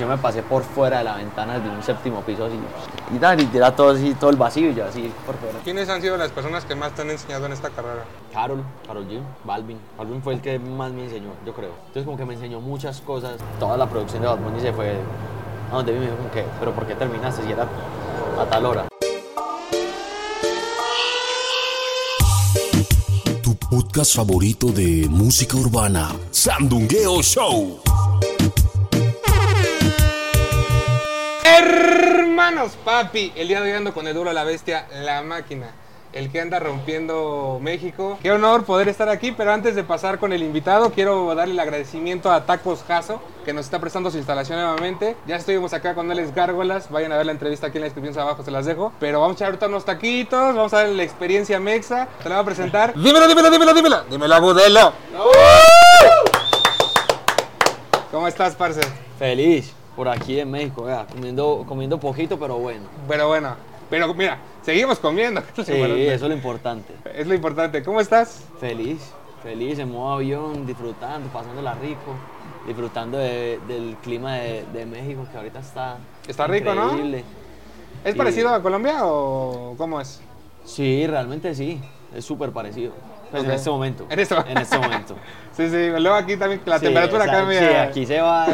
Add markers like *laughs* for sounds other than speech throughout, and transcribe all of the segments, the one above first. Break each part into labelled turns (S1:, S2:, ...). S1: Yo me pasé por fuera de la ventana de un séptimo piso así y tal, y tira todo así, todo el vacío y yo así por fuera.
S2: ¿Quiénes han sido las personas que más te han enseñado en esta carrera?
S1: Carol, Carol G, Balvin. Balvin fue el que más me enseñó, yo creo. Entonces como que me enseñó muchas cosas. Toda la producción de Bad Bunny se fue a donde mí me dijo como que, pero ¿por qué terminaste si era a tal hora?
S3: Tu podcast favorito de música urbana, Sandungueo Show.
S2: Hermanos, papi, el día de hoy ando con el duro, la bestia, la máquina, el que anda rompiendo México. Qué honor poder estar aquí, pero antes de pasar con el invitado, quiero darle el agradecimiento a Tacos Jaso, que nos está prestando su instalación nuevamente. Ya estuvimos acá con Alex Gárgolas, vayan a ver la entrevista aquí en la descripción abajo, se las dejo. Pero vamos a echar ahorita unos taquitos, vamos a ver la experiencia mexa, te la voy a presentar. *laughs* Dímelo, dímelo, dímelo, dímelo, dímelo, Agudelo. ¿Cómo estás, parce?
S1: Feliz por aquí en México, vea, comiendo, comiendo poquito pero bueno.
S2: Pero bueno, pero mira, seguimos comiendo. *laughs*
S1: Sí, eso es lo importante.
S2: Es lo importante. ¿Cómo estás?
S1: Feliz, feliz, en modo avión, disfrutando, pasándola rico, disfrutando de- del clima de, de México que ahorita está.
S2: Está rico, ¿no?
S1: increíble.
S2: ¿Es
S1: Y-
S2: parecido a Colombia o cómo es?
S1: Sí, realmente sí, es súper parecido. Pues
S2: Ok.
S1: En este momento.
S2: En este mo-
S1: momento.
S2: Sí, sí. Luego aquí también *laughs* la
S1: Sí,
S2: temperatura
S1: exacto,
S2: cambia.
S1: Sí, aquí se va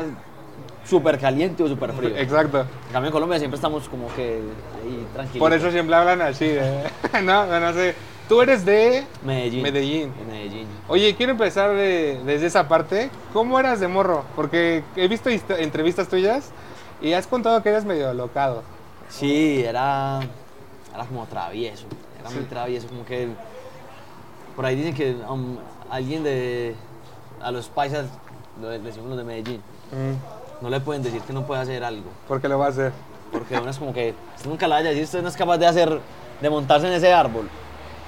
S1: súper caliente o súper frío. En
S2: Exacto.
S1: cambio, en Colombia siempre estamos como que ahí tranquilos.
S2: Por eso siempre hablan así. ¿eh? *laughs* no, no sé. Tú eres de...
S1: Medellín.
S2: Medellín.
S1: En Medellín.
S2: Oye, quiero empezar de- desde esa parte. ¿Cómo eras de morro? Porque he visto hist- entrevistas tuyas y has contado que eres medio alocado.
S1: Sí, era, era como travieso, era muy travieso, como que por ahí dicen que um, alguien de a los paisas, lo de- le decimos los de Medellín, no le pueden decir que no puede hacer algo,
S2: Porque lo va a hacer.
S1: porque uno es como que usted nunca la haya decir, usted no es capaz de hacer, de montarse en ese árbol,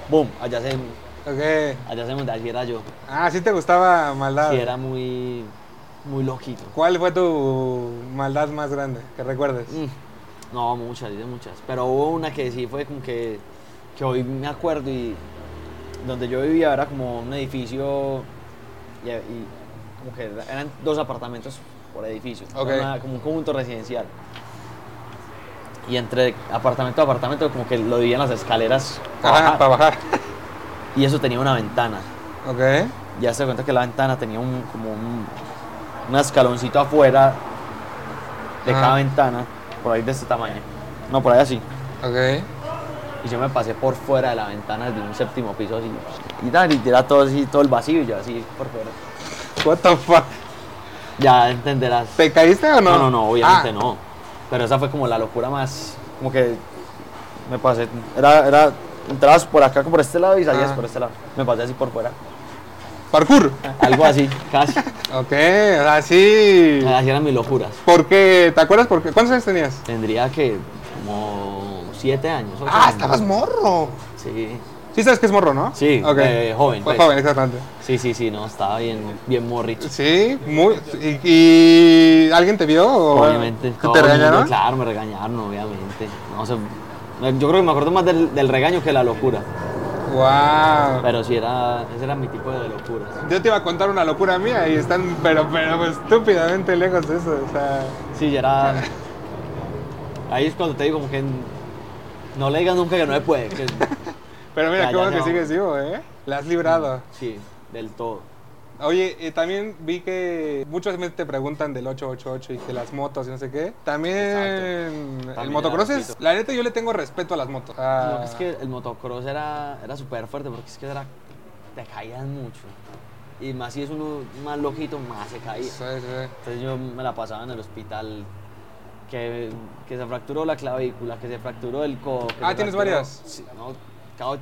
S1: boom, allá se,
S2: Ok.
S1: allá se monta, así era yo,
S2: Ah, sí te gustaba maldad.
S1: sí era muy, muy loquito.
S2: ¿Cuál fue tu maldad más grande que recuerdes?
S1: Mm, No, muchas, hice muchas. Pero hubo una que sí fue como que, que hoy me acuerdo y donde yo vivía era como un edificio y, y como que era- eran dos apartamentos por edificio. Era
S2: Ok.
S1: una- como un conjunto residencial. Y entre apartamento a apartamento como que lo dividían las escaleras. para
S2: Ajá,
S1: bajar.
S2: para
S1: *laughs*
S2: bajar.
S1: Y eso tenía una ventana.
S2: Ok.
S1: Ya se da cuenta que la ventana tenía un, como un, un escaloncito afuera de
S2: Ajá.
S1: cada ventana, por ahí de este tamaño. No, por ahí así.
S2: Ok.
S1: Y yo me pasé por fuera de la ventana de un séptimo piso así. Y tal, y tira todo así, todo el vacío y yo así por fuera.
S2: What the fuck.
S1: Ya entenderás.
S2: ¿Te caíste o no?
S1: No, no, no, obviamente
S2: Ah,
S1: no. Pero esa fue como la locura más, como que me pasé, era, era, entrabas por acá, por este lado y salías
S2: Ah.
S1: por este lado. Me pasé así por fuera.
S2: Parkour.
S1: Algo
S2: *laughs*
S1: así, casi.
S2: Ok, así.
S1: Así eran mis locuras.
S2: ¿Por qué? ¿Te acuerdas por qué? ¿Cuántos años tenías?
S1: Tendría que como siete años. ocho
S2: Ah,
S1: años.
S2: estabas morro.
S1: Sí,
S2: Sí, sabes que es morro, ¿no?
S1: Sí,
S2: Ok.
S1: eh, joven,
S2: Fue
S1: pues.
S2: joven, exactamente.
S1: sí, sí, sí, no, estaba bien, bien morrito.
S2: Sí, muy. ¿Y, y alguien te vio? o-
S1: Obviamente. todo
S2: ¿Te
S1: el mundo,
S2: regañaron?
S1: claro, me regañaron, obviamente. No, o sea, me- yo creo que me acuerdo más del, del regaño que de la locura.
S2: Wow.
S1: Pero sí, era, ese era mi tipo de locura.
S2: Yo te iba a contar una locura mía y están, pero, pero estúpidamente lejos de eso. O sea,
S1: Sí, yo era... Ahí es cuando te digo como que n- no le digas nunca que no se puede.
S2: *laughs*
S1: que-
S2: pero mira,
S1: Ya,
S2: qué
S1: ya,
S2: bueno que
S1: no.
S2: sigues vivo, ¿eh? La has librado.
S1: sí, del todo.
S2: Oye, eh, también vi que muchas veces te preguntan del 888 y que las motos y no sé qué. También, el
S1: También
S2: motocross
S1: era
S2: es...
S1: loquito.
S2: La neta, yo le tengo respeto a las motos. Ah,
S1: No, es que el motocross era, era súper fuerte porque es que era, te caían mucho. Y más si es uno más loquito, más se caía.
S2: sí, sí.
S1: Entonces yo me la pasaba en el hospital, que, que se fracturó la clavícula, que se fracturó el codo. que
S2: Ah,
S1: se
S2: ¿tienes
S1: fracturó-
S2: varias?
S1: Sí, no, cada-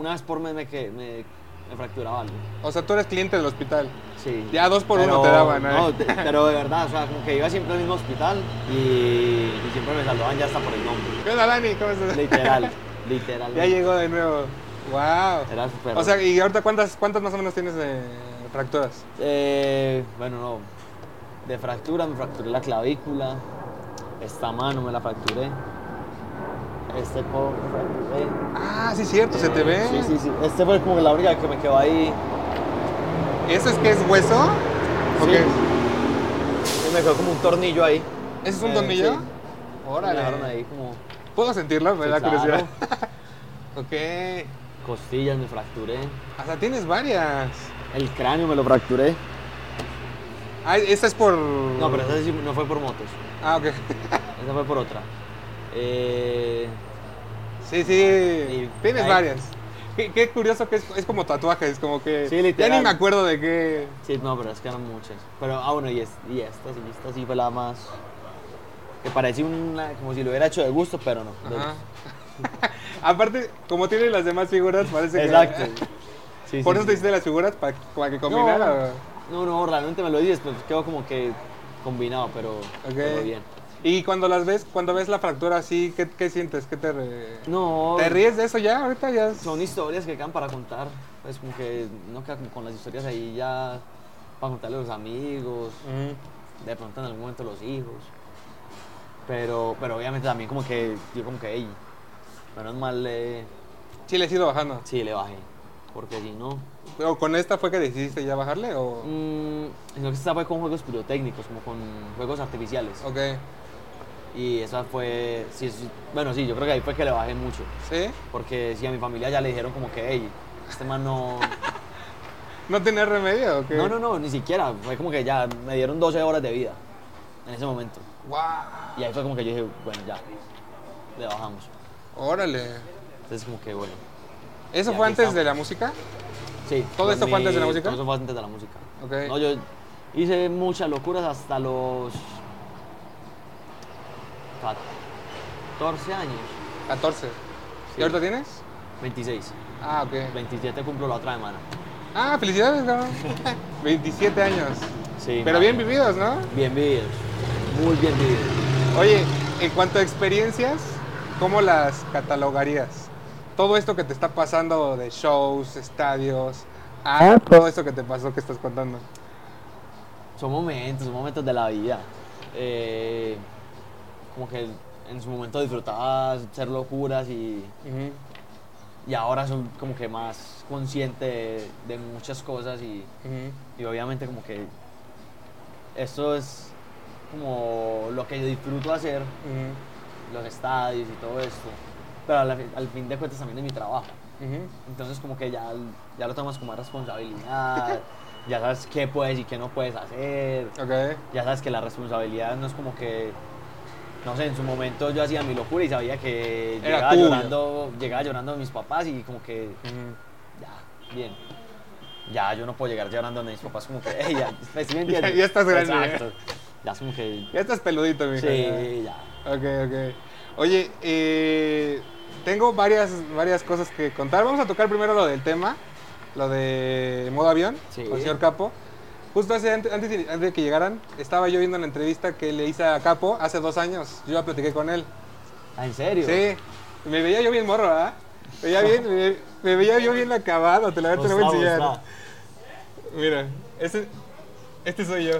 S1: una vez por mes me, que- me, me fracturaba algo.
S2: O sea, tú eres cliente del hospital.
S1: Sí.
S2: Ya dos por uno te daban, ¿eh?
S1: No, te- pero de verdad, o sea, como que iba siempre al mismo hospital y, y siempre me saludaban ya hasta por el nombre.
S2: ¿Qué onda, Dani? ¿Cómo estás?
S1: Literal, literal.
S2: ya llegó de nuevo. ¡Wow!
S1: Era súper.
S2: O sea, ¿y ahorita cuántas, cuántas más o menos tienes de fracturas?
S1: Eh, bueno, no. De fractura, me fracturé la clavícula. Esta mano me la fracturé. Este codo me fracturé.
S2: Ah, sí, cierto, se te
S1: Eh,
S2: ve.
S1: Sí, sí, sí. Este fue como la única que me quedó ahí.
S2: ¿Eso es que es hueso? ¿O
S1: Sí.
S2: qué?
S1: Es me quedó como un tornillo ahí.
S2: ¿Ese es un
S1: Eh,
S2: tornillo?
S1: sí. Me dejaron ahí como
S2: ¿Puedo sentirlo? Me
S1: Sí,
S2: da
S1: claro.
S2: curiosidad. *laughs* ok.
S1: costillas, me fracturé.
S2: Hasta tienes varias.
S1: El cráneo me lo fracturé.
S2: Ah, esta es por.
S1: No, pero esa sí no fue por motos.
S2: Ah, ok. *laughs*
S1: Esa fue por otra. Eh,
S2: Sí, sí. Tienes
S1: ahí-
S2: varias. Qué, qué curioso que es, es como tatuajes, como que.
S1: Sí, literal.
S2: Ya ni me acuerdo de qué.
S1: sí, no, pero es que eran muchas. Pero, ah, bueno, y, es- y esta sí, esta sí fue la más. Que parecía una, como si lo hubiera hecho de gusto, pero no. de
S2: Ajá.
S1: gusto.
S2: Ah. *laughs* Aparte, como tiene las demás figuras, parece que. *laughs*
S1: Exacto. Sí,
S2: ¿Por
S1: sí,
S2: eso
S1: sí.
S2: te hiciste las figuras? ¿Para, para que combinara?
S1: No, no, realmente me lo dices, pues quedó como que combinado, pero,
S2: Ok.
S1: pero bien.
S2: Y cuando las ves, cuando ves la fractura así, ¿qué, qué sientes? ¿Qué te re-
S1: No,
S2: ¿Te ríes de eso ya? Ahorita ya. es-
S1: son historias que quedan para contar. Pues como que no queda como con las historias ahí ya para contarle a los amigos,
S2: Mm.
S1: de pronto en algún momento los hijos. Pero, pero obviamente también como que yo como que, ey, menos mal le,
S2: Sí, le he ido bajando.
S1: sí, le bajé, porque si no...
S2: ¿O con esta fue que decidiste ya bajarle? ¿O.?
S1: Mm, sino que esta fue con juegos pirotécnicos, como con juegos artificiales.
S2: Ok.
S1: Y esa fue, sí, sí, bueno, sí, yo creo que ahí fue que le bajé mucho.
S2: ¿Sí?
S1: Porque sí, a mi familia ya le dijeron como que, hey, este man no...
S2: ¿No tenés remedio? ¿o qué?
S1: No, no, no, ni siquiera. Fue como que ya me dieron 12 horas de vida en ese momento.
S2: ¡Guau!
S1: Y ahí fue como que yo dije, bueno, ya, le bajamos.
S2: Órale.
S1: Entonces como que, bueno,
S2: ¿Eso
S1: Y
S2: fue
S1: aquí
S2: antes
S1: estamos.
S2: de la música?
S1: sí.
S2: ¿Todo esto fue antes de la
S1: mi-
S2: música?
S1: Todo eso fue antes de la música.
S2: Ok.
S1: No, yo hice muchas locuras hasta los 14 años,
S2: 14.
S1: Sí.
S2: ¿Y ahorita tienes?
S1: 26.
S2: Ah, ok.
S1: 27 cumplo la otra semana.
S2: Ah,
S1: *laughs*
S2: felicidades, cabrón. 27 años.
S1: Sí.
S2: Pero bien
S1: marica.
S2: vividos, ¿no?
S1: Bien vividos. Muy bien vividos.
S2: Oye, en cuanto a experiencias, ¿cómo las catalogarías? Todo esto que te está pasando de shows, estadios, a todo esto que te pasó que estás contando.
S1: son momentos, son momentos de la vida. Eh, como que en su momento disfrutaba ser locuras y, y ahora soy como que más consciente de, de muchas cosas y, y obviamente como que esto es como lo que yo disfruto hacer, los estadios y todo esto, pero al, fi- al fin de cuentas también es mi trabajo. Entonces como que ya, ya lo tomas como una responsabilidad, ya sabes qué puedes y qué no puedes hacer
S2: Ok.
S1: ya sabes que la responsabilidad no es como que no sé en su momento yo hacía mi locura y sabía que
S2: Era
S1: llegaba
S2: tuyo.
S1: llorando llegaba llorando a mis papás y como que ya bien ya yo no puedo llegar llorando donde mis papás como que *laughs* "Ey, ya pues, ¿sí me entiendes?
S2: *laughs* Ya- ya estás grande,
S1: Exacto. ya es como que
S2: Ya estás peludito, mi
S1: sí ya
S2: Ok, ok. Oye, eh, tengo varias, varias cosas que contar. Vamos a tocar primero lo del tema, lo de modo avión,
S1: Sí.
S2: con el señor Capo. Justo hace, antes, antes de- antes de que llegaran, estaba yo viendo una entrevista que le hice a Capo hace dos años. Yo ya platiqué con él.
S1: Ah, en serio
S2: Sí, me veía yo bien morro, ¿verdad? Me veía, bien, me, me veía yo bien acabado, te la, te la voy a
S1: Gustavo,
S2: enseñar.
S1: Gustavo.
S2: Mira, este, este soy yo.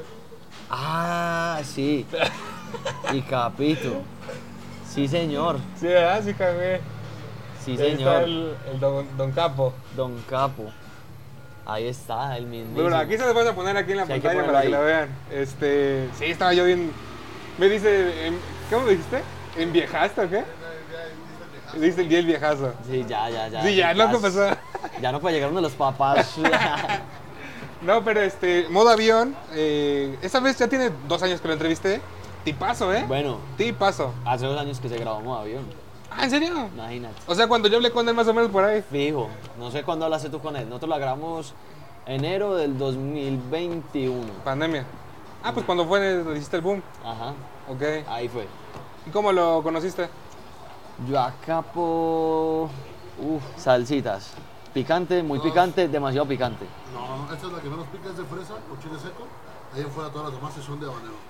S1: ah sí y capito sí señor
S2: Sí, ¿verdad? Sí, cambié.
S1: sí
S2: Ahí está
S1: señor
S2: el, el don, don Capo.
S1: don capo ahí está el mismo
S2: Bueno, aquí se los vas a poner aquí en la
S1: Sí, hay que
S2: pantalla para que
S1: ponerlo
S2: la vean. Este, sí, estaba yo bien. Me dice, em, ¿cómo dijiste? ¿Enviejaste o qué? Dice el día el viejazo.
S1: Sí, ya, ya, ya.
S2: Sí, ya,
S1: no
S2: loco, pasó.
S1: Ya no puede llegar uno de los
S2: *laughs*
S1: papás.
S2: No, pero este, modo avión. Eh, esa vez ya tiene dos años que lo entrevisté. Tipazo, ¿eh?
S1: bueno,
S2: Tipazo.
S1: hace dos años que se grabó Modo Avión,
S2: Ah, ¿en serio?
S1: imagínate.
S2: O sea, cuando yo hablé con él más o menos por ahí.
S1: Fijo, no sé cuándo hablaste tú con él. Nosotros la grabamos enero del 2021.
S2: Pandemia. Ah, pues cuando fue, eh, hiciste el boom.
S1: Ajá,
S2: Ok.
S1: ahí fue.
S2: ¿Y cómo lo conociste?
S1: Yo acá por... Uf, salsitas. Picante, muy picante, demasiado picante.
S4: No, esta es la que menos pica, es de fresa o chile seco. Ahí afuera todas las demás sí son de habanero.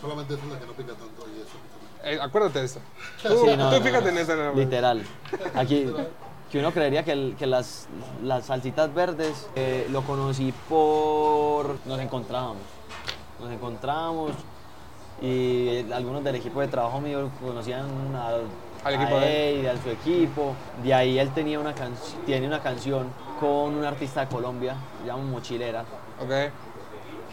S4: Solamente esta es la que no pica tanto y eso.
S2: Eh, acuérdate de eso. Tú,
S1: Sí, no,
S2: tú
S1: no,
S2: fíjate
S1: no.
S2: en eso, nada más.
S1: Literal. Aquí, que uno creería que, el- que las, las salsitas verdes eh, lo conocí por. Nos encontrábamos. Nos encontrábamos y eh, algunos del equipo de trabajo mío conocían a,
S2: Al
S1: a
S2: equipo de
S1: él, a su equipo. De ahí él tenía una can- tiene una canción con un artista de Colombia, se llama Mochilera.
S2: Ok.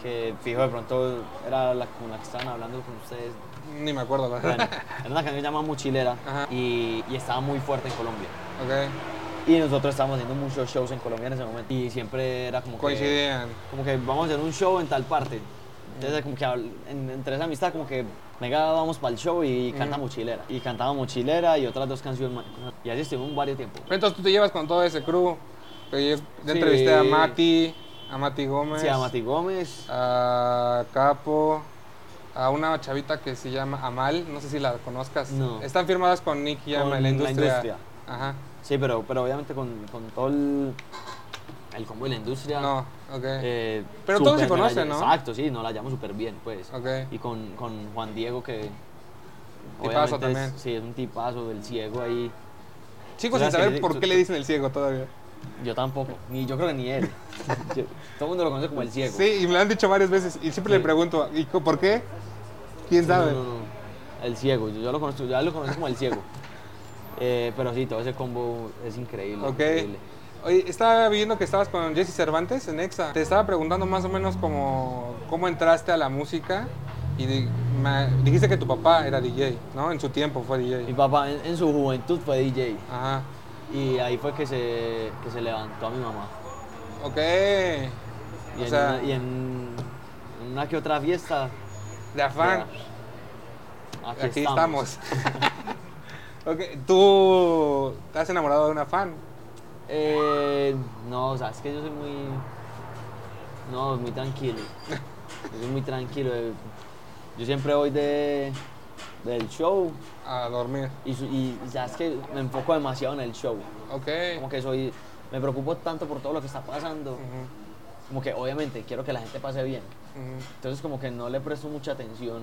S1: que fijo de pronto era la, con la que estaban hablando con ustedes.
S2: Ni me acuerdo, la
S1: Bueno,
S2: verdad.
S1: era una canción que se llama Mochilera
S2: Ajá.
S1: y, y estaba muy fuerte en Colombia.
S2: Ok,
S1: Y nosotros estábamos haciendo muchos shows en Colombia en ese momento y siempre era como que,
S2: coincidían.
S1: como que vamos a hacer un show en tal parte. Entonces como que habl- en- entre esa amistad como que venga vamos para el show y canta Mochilera. Y cantaba Mochilera y otras dos canciones más. Y así estuvimos varios tiempos.
S2: Entonces tú te llevas con todo ese crew. Te lle-
S1: Sí.
S2: Yo entrevisté a Mati, a Mati Gómez,
S1: Se llama Mati Gómez,
S2: a Capo, a una chavita que se llama Amal, no sé si la conozcas.
S1: No.
S2: Están firmadas con Nicky
S1: Con
S2: Amal,
S1: la
S2: la industria.
S1: industria.
S2: Ajá.
S1: Sí, pero, pero obviamente con, con todo el, el combo de la industria.
S2: No, ok.
S1: Ah. eh,
S2: Pero todos
S1: súper
S2: se
S1: nos
S2: conocen,
S1: la lle-
S2: ¿no?
S1: Exacto, sí, nos la llevamos súper bien, pues.
S2: Ok.
S1: Y con, con Juan Diego, que. obviamente
S2: Tipazo
S1: es-
S2: también.
S1: sí, es un tipazo, el ciego ahí.
S2: Chicos,
S1: tú sabes pues
S2: sin
S1: que
S2: saber
S1: yo-
S2: por
S1: tú-
S2: qué le
S1: tú-
S2: dicen el ciego todavía.
S1: Yo tampoco, ni yo creo que ni él. *laughs* Yo- todo el mundo lo conoce como el ciego.
S2: Sí, y me lo han dicho varias veces. Y siempre le
S1: Sí.
S2: pregunto, ¿y co- por qué? ¿Quién
S1: No,
S2: sabe?
S1: no, no, no. El ciego, yo, yo lo conozco, ya lo conozco como el ciego. Eh, pero sí, todo ese combo es increíble.
S2: Ok.
S1: increíble.
S2: Oye, estaba viendo que estabas con Jesse Cervantes en Exa. Te estaba preguntando más o menos cómo, cómo entraste a la música y di- me- dijiste que tu papá era DJ, ¿no? En su tiempo fue
S1: Mi
S2: DJ.
S1: papá en, en su juventud fue DJ.
S2: Ajá.
S1: Y ahí fue que se, que se levantó a mi mamá.
S2: Ok.
S1: Y,
S2: o
S1: en,
S2: sea,
S1: una, y en- en una que otra fiesta.
S2: de afán.
S1: ya,
S2: Aquí, estamos. *laughs* ok, ¿tú te has enamorado de una fan?
S1: Eh, no, o sea, es que yo soy muy. No, muy tranquilo. Yo soy muy tranquilo. eh. Yo siempre voy de, del show
S2: A dormir.
S1: y, su- y y sabes que me enfoco demasiado en el show.
S2: Ok.
S1: Como que soy. Me preocupo tanto por todo lo que está pasando.
S2: Ujú,
S1: Como que obviamente quiero que la gente pase bien.
S2: ujú.
S1: Entonces como que no le presto mucha atención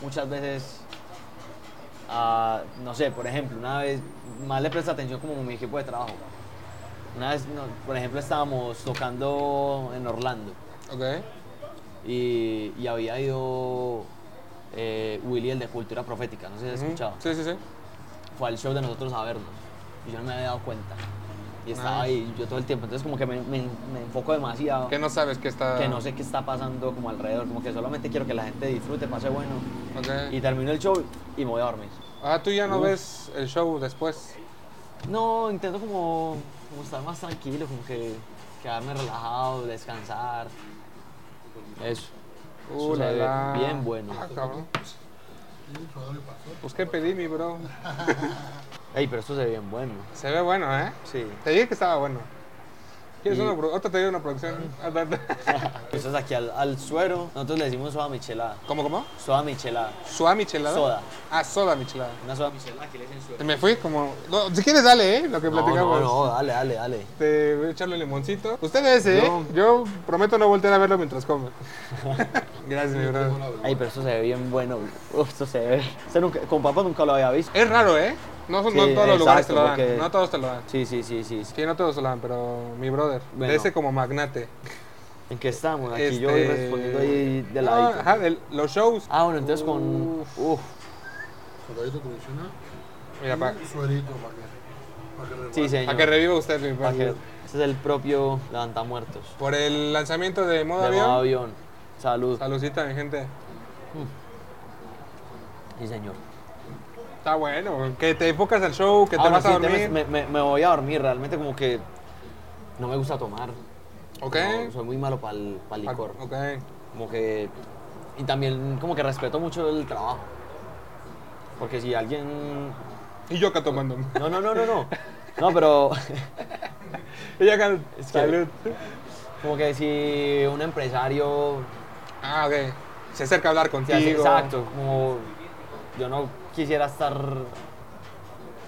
S1: muchas veces a, no sé, por ejemplo, una vez más le presto atención como a mi equipo de trabajo. Una vez, no, por ejemplo, estábamos tocando en Orlando
S2: Ok.
S1: y, y había ido eh, Willy, el de Cultura Profética, no sé si has
S2: Ujú.
S1: escuchado.
S2: Sí, sí, sí.
S1: Fue al show de nosotros a vernos y yo no me había dado cuenta. Y estaba
S2: Nice.
S1: ahí yo todo el tiempo, entonces como que me, me- me enfoco demasiado
S2: Ah. Que no sabes que está.
S1: que no sé qué está pasando como alrededor, como que solamente quiero que la gente disfrute, pase bueno.
S2: Ok.
S1: Y termino el show y me voy a dormir.
S2: Ah, tú ya no
S1: Uf.
S2: ves el show después.
S1: No, intento como, como estar más tranquilo, como que quedarme relajado, descansar. Eso.
S2: Uh,
S1: Eso
S2: la,
S1: sabe
S2: la.
S1: bien bueno.
S2: Ah, cabrón.
S4: Y Salvador le pasó.
S2: Pues qué pedí, mi bro.
S1: Ey, pero esto se ve bien bueno.
S2: Se ve bueno, ¿eh?
S1: Sí.
S2: Te dije que estaba bueno. ¿Quieres
S1: Y-
S2: una pro- Otra te dio una producción. Ah, da, da. *laughs*
S1: Eso es aquí al, al suero. Nosotros le decimos soda michelada.
S2: ¿Cómo, cómo?
S1: Soda michelada.
S2: ¿Suá michelada?
S1: Soda.
S2: Ah, soda michelada.
S1: Una soda michelada que le dicen suero.
S2: Te Me fui como. no, si quieres, dale, ¿eh? Lo que
S1: No, no,
S2: platicamos.
S1: no, dale, dale, dale.
S2: Te voy a echarle limoncito. Ustedes, ¿eh?
S1: No.
S2: Yo prometo no voltear a verlo
S1: *laughs*
S2: mientras come. Gracias, mi bro.
S4: Hola, bebé.
S1: Ey, pero esto se ve bien bueno. Uf, esto se ve. esto nunca- con papá nunca lo había visto.
S2: Es raro, ¿eh? No, son,
S1: Sí,
S2: no todos los lugares te
S1: exacto,
S2: lo dan.
S1: porque-
S2: No todos te lo dan.
S1: Sí, sí, sí, sí. sí.
S2: Sí, no todos lo dan, pero mi brother.
S1: Bueno.
S2: De ese como magnate.
S1: ¿En qué estamos? Aquí yo voy
S2: Este, Ah,
S1: respondiendo ahí de
S2: no,
S1: la
S2: ajá, del- los shows.
S1: Ah, bueno, entonces con.
S2: Uf.
S1: Uf.
S4: Soldadito tradicional.
S2: Mira, para
S4: Un Suerito para que. Para que
S1: Sí,
S4: revuelva.
S1: señor.
S2: que reviva usted, mi
S1: Pa' que-
S2: brother.
S1: Este es el propio Levantamuertos.
S2: Por el lanzamiento de Moda
S1: De modo
S2: Avión.
S1: avión. Salud.
S2: Saludcita, mi gente.
S1: Sí, señor.
S2: Está bueno. Que te enfocas al show, que te
S1: Ah, bueno,
S2: vas a
S1: sí,
S2: dormir.
S1: Me, me- me voy a dormir, realmente, como que. No me gusta tomar.
S2: Ok. Ah,
S1: No, soy muy malo para el licor.
S2: Ok.
S1: Como que. Y también, como que respeto mucho el trabajo. Porque si alguien.
S2: Y yo acá
S1: *laughs*
S2: tomando.
S1: No, no, no, no,
S2: *laughs*
S1: no. No, pero. *laughs*
S2: Y yo acá.
S1: Es que-
S2: Salud.
S1: Como que si un empresario
S2: Ah, ok. Se acerca a hablar
S1: Sí,
S2: contigo.
S1: así- exacto, como yo no quisiera estar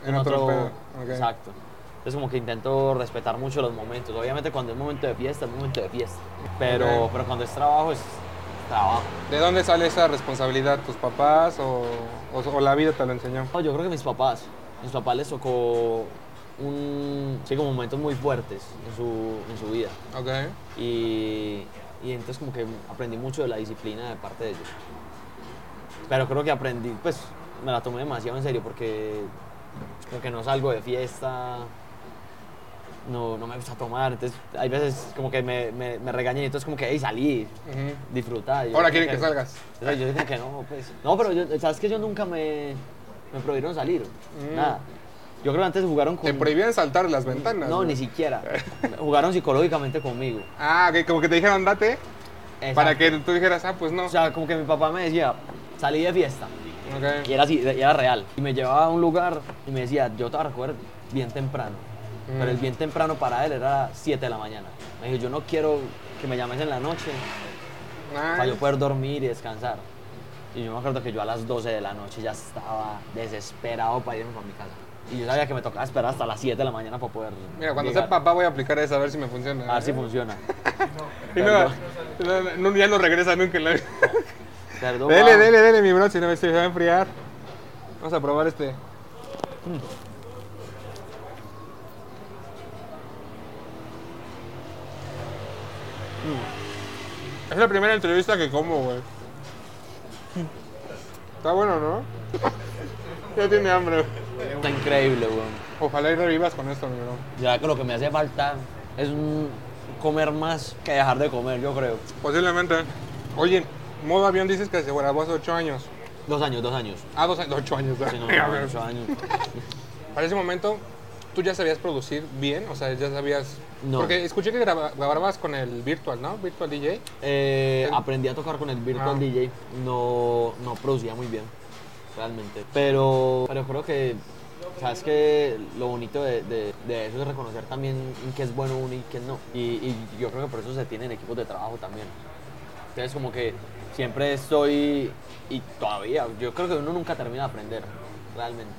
S1: en,
S2: En otro, pedo. Ok.
S1: Exacto. Entonces como que intento respetar mucho los momentos. Obviamente cuando es momento de fiesta, es momento de fiesta. Pero,
S2: Ok.
S1: pero cuando es trabajo, es trabajo.
S2: ¿De dónde sale esa responsabilidad? ¿Tus papás o, o- o la vida te lo enseñó?
S1: No, yo creo que mis papás, mis papás les tocó un, sí, como momentos muy fuertes en su, en su vida.
S2: Ok.
S1: Y, y entonces como que aprendí mucho de la disciplina de parte de ellos. Pero creo que aprendí, pues me la tomé demasiado en serio porque como que no salgo de fiesta, no, no me gusta tomar. Entonces, hay veces como que me, me, me regañan y entonces como que, hey, salí, disfrutar.
S2: Ahora quieren que salgas.
S1: yo digo que no, pues. No, pero yo, sabes que yo nunca me, me prohibieron salir, nada. Yo creo que antes jugaron con...
S2: Mm. Te prohibían saltar las ventanas.
S1: No, ni siquiera. Jugaron psicológicamente conmigo.
S2: Ah, que como que te dijeron date para
S1: Exacto.
S2: que tú dijeras, ah, pues no.
S1: O sea, como que mi papá me decía, salí de fiesta.
S2: Ok.
S1: Y era así, y era real. Y me llevaba a un lugar y me decía, yo te voy a recoger bien temprano.
S2: Mm.
S1: Pero el bien temprano para él era 7 de la mañana. Me dijo, yo no quiero que me llames en la noche
S2: Ah,
S1: para yo poder dormir y descansar. Y yo me acuerdo que yo a las 12 de la noche ya estaba desesperado para irme para mi casa. Y yo sabía que me tocaba esperar hasta las 7 de la mañana para poder.
S2: Mira, cuando
S1: llegar.
S2: sea papá voy a aplicar eso a ver si me funciona.
S1: A ver si funciona.
S2: Y *laughs* no, no, no, ya no regresa nunca. en la vida.
S1: Perdón,
S2: dele,
S1: va.
S2: dele, dele, mi bro, si no me se va a enfriar. Vamos a probar este. Mm. Es la primera entrevista que como, güey. Está bueno, ¿no? *laughs* ya tiene hambre. güey.
S1: Está increíble, weón.
S2: Ojalá y revivas con esto, mi bro.
S1: Yo creo que lo que me hace falta es un- comer más que dejar de comer, yo creo.
S2: Posiblemente. Oye, modo avión dices que se grabó hace 8 años.
S1: Dos años, dos años.
S2: Ah, dos años, ocho años.
S1: Sí, no,
S2: A ver.
S1: ocho años.
S2: Para ese momento, ¿tú ya sabías producir bien? O sea, ya sabías...
S1: No.
S2: Porque escuché que graba- grababas con el Virtual, ¿no? Virtual DJ.
S1: Eh, aprendí a tocar con el Virtual
S2: Ah.
S1: DJ. No, no producía muy bien, realmente. Pero, pero creo que, sabes que lo bonito de, de- de eso es reconocer también en qué es bueno uno y qué no. Y, y yo creo que por eso se tienen equipos de trabajo también. Entonces, como que siempre estoy, y todavía, yo creo que uno nunca termina de aprender, realmente.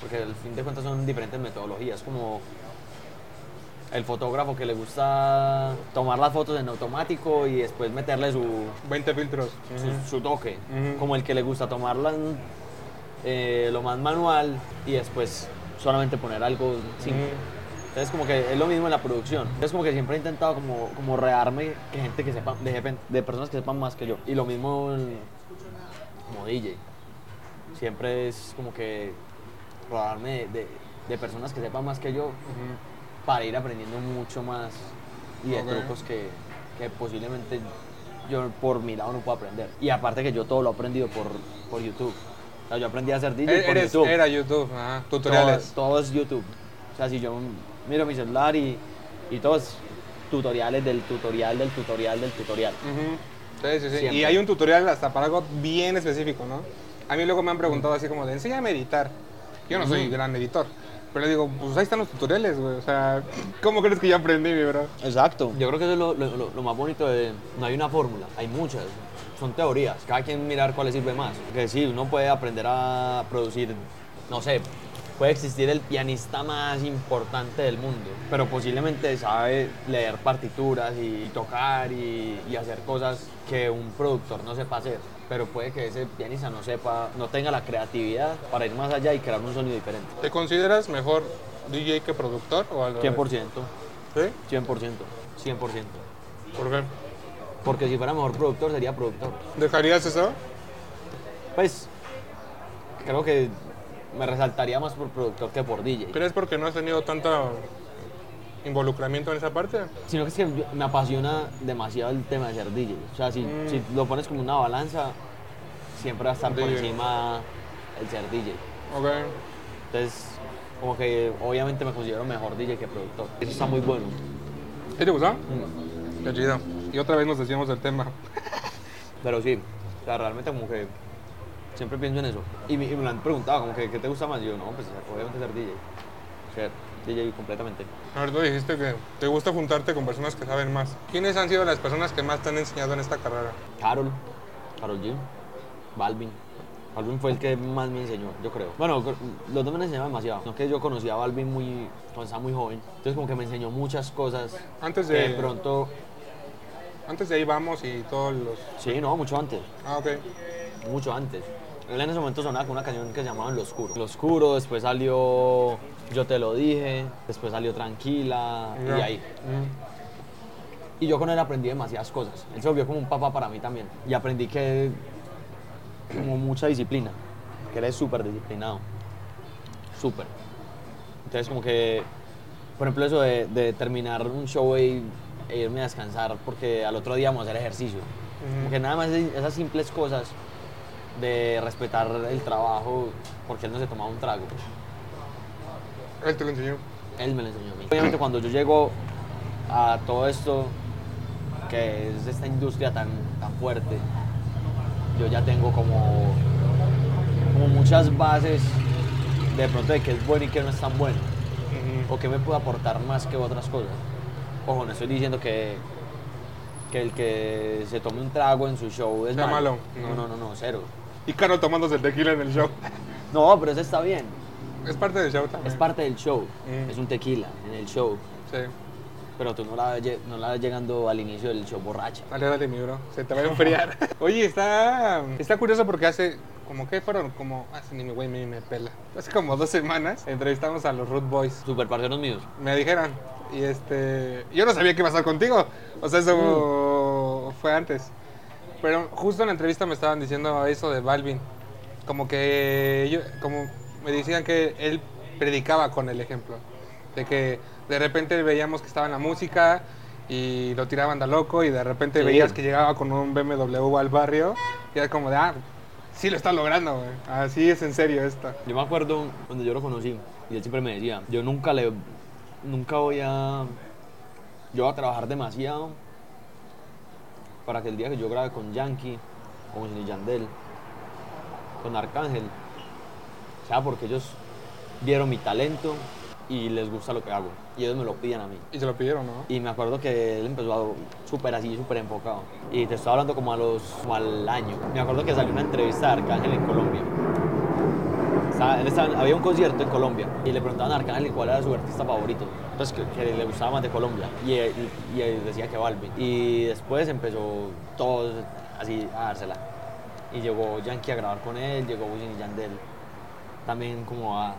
S1: Porque al fin de cuentas son diferentes metodologías, como el fotógrafo que le gusta tomar las fotos en automático y después meterle su,
S2: 20 filtros.
S1: su, su toque,
S2: Ujú.
S1: como el que le gusta tomarla en, eh, lo más manual y después solamente poner algo simple. Entonces como que es lo mismo en la producción. Es como que siempre he intentado como, como rearme que gente que sepa, de, jepen- de personas que sepan más que yo. Y lo mismo en- como DJ. Siempre es como que rodarme de, de- de personas que sepan más que yo para ir aprendiendo mucho más y de
S2: Ok.
S1: trucos que, que posiblemente yo por mi lado no puedo aprender. Y aparte que yo todo lo he aprendido por, por YouTube. O sea, yo aprendí a hacer DJ
S2: E-
S1: por
S2: eres-
S1: YouTube.
S2: Era YouTube, ajá.
S1: Todo,
S2: Tutoriales.
S1: todo es YouTube. O sea, si yo miro mi celular y, y todos tutoriales del tutorial, del tutorial, del tutorial.
S2: Ujú. Sí, sí, sí.
S1: Siempre.
S2: Y hay un tutorial hasta para algo bien específico, ¿no? A mí luego me han preguntado así como de, enséñame a editar. Yo no soy gran editor. Pero le digo, pues ahí están los tutoriales, güey. O sea, *laughs* ¿cómo crees que yo aprendí, mi bro?
S1: Exacto. Yo creo que eso es lo, lo- lo- lo más bonito de... No hay una fórmula, hay muchas. Son teorías. Cada quien mirar cuál le sirve más. Que sí, uno puede aprender a producir, no sé, puede existir el pianista más importante del mundo, pero posiblemente sabe leer partituras y tocar y, y hacer cosas que un productor no sepa hacer. Pero puede que ese pianista no sepa, no tenga la creatividad para ir más allá y crear un sonido diferente.
S2: ¿Te consideras mejor DJ que productor? O al revés?
S1: 100%,
S2: ¿Sí?
S1: 100%, 100%.
S2: ¿Por qué?
S1: Porque si fuera mejor productor, sería productor.
S2: ¿Dejarías eso?
S1: Pues, creo que me resaltaría más por productor que por DJ.
S2: ¿Crees porque no has tenido tanto involucramiento en esa parte?
S1: Sino que es que yo- me apasiona demasiado el tema de ser DJ. O sea, si, si lo pones como una balanza, siempre va a estar por
S2: DJ.
S1: encima el ser DJ.
S2: Ok.
S1: Entonces, como que obviamente me considero mejor DJ que productor. Eso está muy bueno.
S2: ¿Sí te gustó? Qué chido. Y otra vez nos desviamos del tema.
S1: Pero sí, o sea, realmente como que siempre pienso en eso. Y me, y me lo han preguntado, como que, ¿qué te gusta más? Y yo, no, pues obviamente ser DJ. Ser DJ completamente.
S2: A ver, tú dijiste que te gusta juntarte con personas que saben más. ¿Quiénes han sido las personas que más te han enseñado en esta carrera?
S1: Carol, Carol G, Balvin. Balvin fue el que más me enseñó, yo creo. Bueno, cr- los dos me han enseñado demasiado. No que yo conocí a Balvin muy, cuando estaba muy joven. Entonces como que me enseñó muchas cosas.
S2: Antes
S1: que
S2: de,
S1: de pronto,
S2: antes de ahí vamos y todos los...
S1: sí, no, mucho antes.
S2: Ah, ok.
S1: mucho antes. Él en ese momento sonaba con una canción que se llamaba Lo Oscuro. Lo Oscuro, después salió Yo Te Lo Dije, después salió Tranquila
S2: Ya.
S1: y ahí. Y yo con él aprendí demasiadas cosas. Él se volvió como un papá para mí también. Y aprendí que como mucha disciplina, que él es súper disciplinado. Súper. Entonces como que por ejemplo, eso de, de terminar un show y- e irme a descansar porque al otro día vamos a hacer ejercicio. Porque nada más es- esas simples cosas de respetar el trabajo porque él no se tomaba un trago.
S2: Él te lo enseñó.
S1: Él me lo enseñó a mí. Obviamente cuando yo llego a todo esto, que es esta industria tan, tan fuerte, yo ya tengo como, como muchas bases de pronto de qué es bueno y qué no es tan bueno, o qué me puede aportar más que otras cosas. Ojo, no estoy diciendo que, que el que se tome un trago en su show es
S2: Sea malo,
S1: No, no, no, no, cero.
S2: Y Caro tomándose el tequila en el show.
S1: No, pero eso está bien.
S2: Es parte del show también.
S1: Es parte del show.
S2: Mm.
S1: Es un tequila en el show.
S2: Sí.
S1: Pero tú no la, ves lle- no la ves llegando al inicio del show borracha.
S2: Dale, dale, mi bro. Se te va a enfriar. Oye, está, está curioso porque hace, como que fueron, como, hace ni mi güey ni me pela. Hace como dos semanas entrevistamos a los Root Boys.
S1: Super parceros míos.
S2: Me dijeron, y este, yo no sabía qué pasar contigo. O sea, eso fue antes. Pero justo en la entrevista me estaban diciendo eso de Balvin. Como que yo, como me decían que él predicaba con el ejemplo. De que de repente veíamos que estaba en la música y lo tiraban de loco y de repente
S1: Sí.
S2: veías que llegaba con un BMW al barrio y era como de, ah, sí lo está logrando, güey. Así es en serio esto.
S1: Yo me acuerdo cuando yo lo conocí y él siempre me decía, yo nunca le, nunca voy a, yo voy a trabajar demasiado para que el día que yo grabe con Yankee, o con Wisin y Yandel, con Arcángel, sea porque ellos vieron mi talento y les gusta lo que hago y ellos me lo piden a mí.
S2: Y se lo pidieron, ¿no?
S1: Y me acuerdo que él empezó a- súper así, súper enfocado. Y te estaba hablando como a los como al año. Me acuerdo que salió una entrevista de Arcángel en Colombia. Estaba- él estaba- había un concierto en Colombia y le preguntaban a Arcángel cuál era su artista favorito. Entonces, que, que le gustaba más de Colombia. Y, él- y él decía que Balvin. Y después empezó todos así a dársela. Y llegó Yankee a grabar con él, llegó Wisin y Yandel también como a,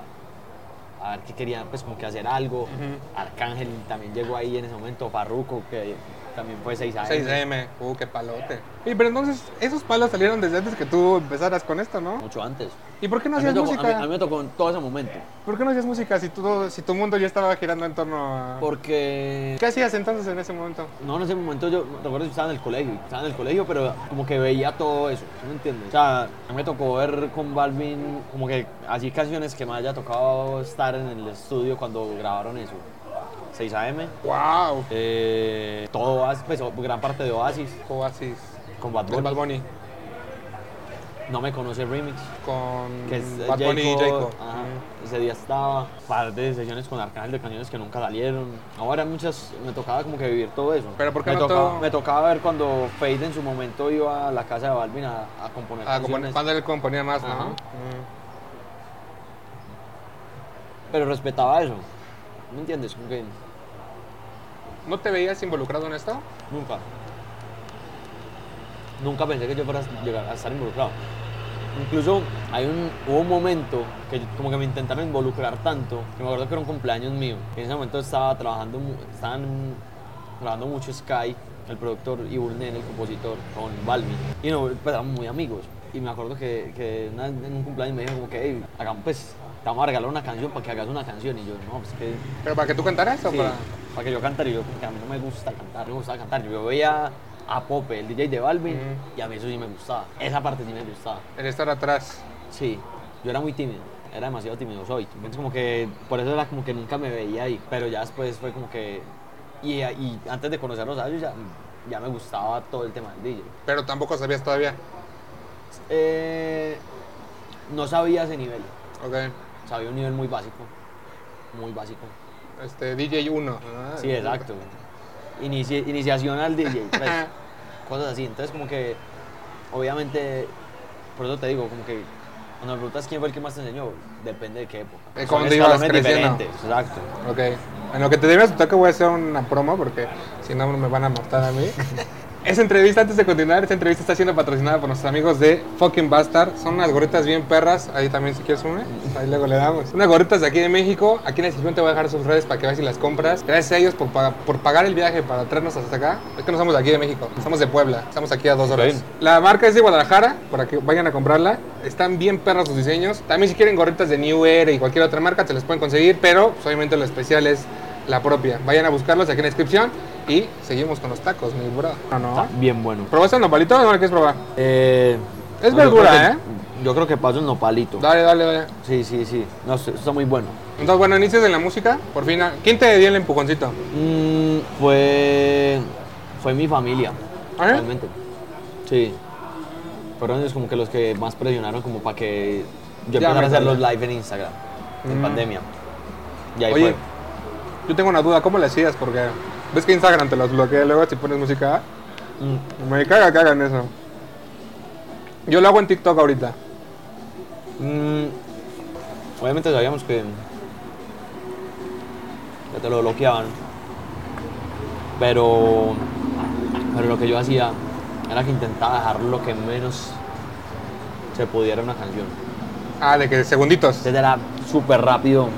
S1: a ver qué querían, pues como que hacer algo. Arcángel también llegó ahí en ese momento, Farruko, que también fue 6 años.
S2: 6M. Uh, qué palote. Y pero entonces, esos palos salieron desde antes que tú empezaras con esto, ¿no?
S1: Mucho antes.
S2: ¿Y por qué no
S1: a, mí me
S2: hacías
S1: tocó, a mí- a mí
S2: música?
S1: me tocó en todo ese momento.
S2: ¿Por qué no hacías música si tu, si tu mundo ya estaba girando en torno a...
S1: Porque
S2: ¿Qué hacías entonces en ese momento?
S1: No, en ese momento yo, te acuerdo, yo estaba en el colegio, estaba en el colegio, pero como que veía todo eso, ¿sí ¿me entiendes? O sea, a mí me tocó ver con Balvin, como que así canciones que me haya tocado estar en el estudio cuando grabaron eso. 6 AM,
S2: ¡Wow!
S1: eh, todo Oasis, pues, o- gran parte de Oasis,
S2: Oasis.
S1: con Bad
S2: Con
S1: Bunny,
S2: Bad Bunny.
S1: No me conoce Remix,
S2: Con
S1: que es eh,
S2: Mm, Bad Bunny y
S1: Jayco,
S2: Jayco. Mm. Ah,
S1: ajá, ese día estaba, par de sesiones con Arcángel de canciones que nunca salieron. Ahora muchas, me tocaba como que vivir todo eso.
S2: Pero ¿por qué
S1: me,
S2: no
S1: tocaba,
S2: todo?
S1: me tocaba ver cuando Fade en su momento iba a la casa de Balvin a, a componer
S2: Ah,
S1: canciones.
S2: compon- cuando él componía más,
S1: Ajá.
S2: ¿no? Mm.
S1: Pero respetaba eso. ¿Me entiendes? Como que
S2: Mm. ¿No te veías involucrado en esto?
S1: nunca. Nunca pensé que yo fuera a llegar a estar involucrado. Incluso hay un, hubo un momento que yo- como que me intentaron involucrar tanto, que me acuerdo que era un cumpleaños mío. En ese momento estaba trabajando, mu- estaban trabajando mucho Sky, el productor, y Burnen, el compositor, con Balvin. Y no, pues éramos muy amigos. Y me acuerdo que, que una- en un cumpleaños me dijo como que, hey, hagamos pues, te vamos a regalar una canción para que hagas una canción. Y yo, no, pues que
S2: ¿Pero para que tú cantaras o
S1: Sí,
S2: para...?
S1: para que yo cantara y yo, porque a mí no me gusta cantar, no me gustaba cantar. Yo veía a Pope, el DJ de Balvin, y a mí eso sí me gustaba. Esa parte sí me gustaba.
S2: El estar atrás.
S1: Sí, yo era muy tímido, era demasiado tímido soy. Entonces como que por eso era como que nunca me veía ahí, pero ya después fue como que y, y antes de conocerlos a ellos ya, ya me gustaba todo el tema del DJ.
S2: Pero tampoco sabías todavía.
S1: Eh, no sabía ese nivel,
S2: Ok.
S1: sabía un nivel muy básico, muy básico.
S2: Este, DJ 1.
S1: Sí, exacto. Inici- iniciación al DJ, pues, cosas así. Entonces, como que, obviamente, por eso te digo, como que cuando me preguntas quién fue el que más te enseñó, depende de qué época.
S2: De
S1: Son
S2: cuando ibas
S1: escalones
S2: creciendo.
S1: diferentes, exacto.
S2: Ok. En lo que te debes, toca voy a hacer una promo porque si no me van a matar a mí. Esa entrevista, antes de continuar, esta entrevista está siendo patrocinada por nuestros amigos de Fucking Bastard. Son unas gorritas bien perras. Ahí también, si quieres, una. Ahí luego le damos. Unas gorritas de aquí de México. Aquí en la descripción te voy a dejar sus redes para que veas y las compras. Gracias a ellos por, pa- por pagar el viaje para traernos hasta acá. Es que no somos de aquí de México. Somos de Puebla. Estamos aquí a dos horas.
S1: bien.
S2: La marca es de Guadalajara, para que vayan a comprarla. Están bien perros sus diseños. También si quieren gorritas de New Era y cualquier otra marca, se las pueden conseguir, pero pues, obviamente lo especial es La propia. Vayan a buscarlos aquí en la descripción y seguimos con los tacos, mi bro. No, no.
S1: Está bien bueno.
S2: ¿Probaste el nopalito o no lo quieres probar?
S1: Eh,
S2: Es
S1: yo creo
S2: verdura, ¿eh?
S1: que- Yo creo que paso el nopalito.
S2: Dale, dale, dale.
S1: Sí, sí, sí. No, esto está muy bueno.
S2: Entonces, bueno, inicias en la música, por fin. ah, ¿Quién te dio el empujoncito?
S1: Mm, fue. Fue mi familia.
S2: ¿Ah, eh?
S1: Realmente. Sí. Fueron ellos como que los que más presionaron como para que yo
S2: Ya me
S1: empezara a hacer los
S2: acordé.
S1: live en Instagram. En pandemia. Y ahí
S2: Oye,
S1: fue.
S2: yo tengo una duda, ¿cómo le hacías? Porque ves que Instagram te los bloquea luego si pones música. Me caga que hagan eso. Yo lo hago en TikTok ahorita.
S1: Mm, obviamente sabíamos que ya te lo bloqueaban, pero pero lo que yo hacía era que intentaba dejar lo que menos se pudiera una canción.
S2: Ah, de que segunditos.
S1: Entonces era súper rápido
S2: Ujú.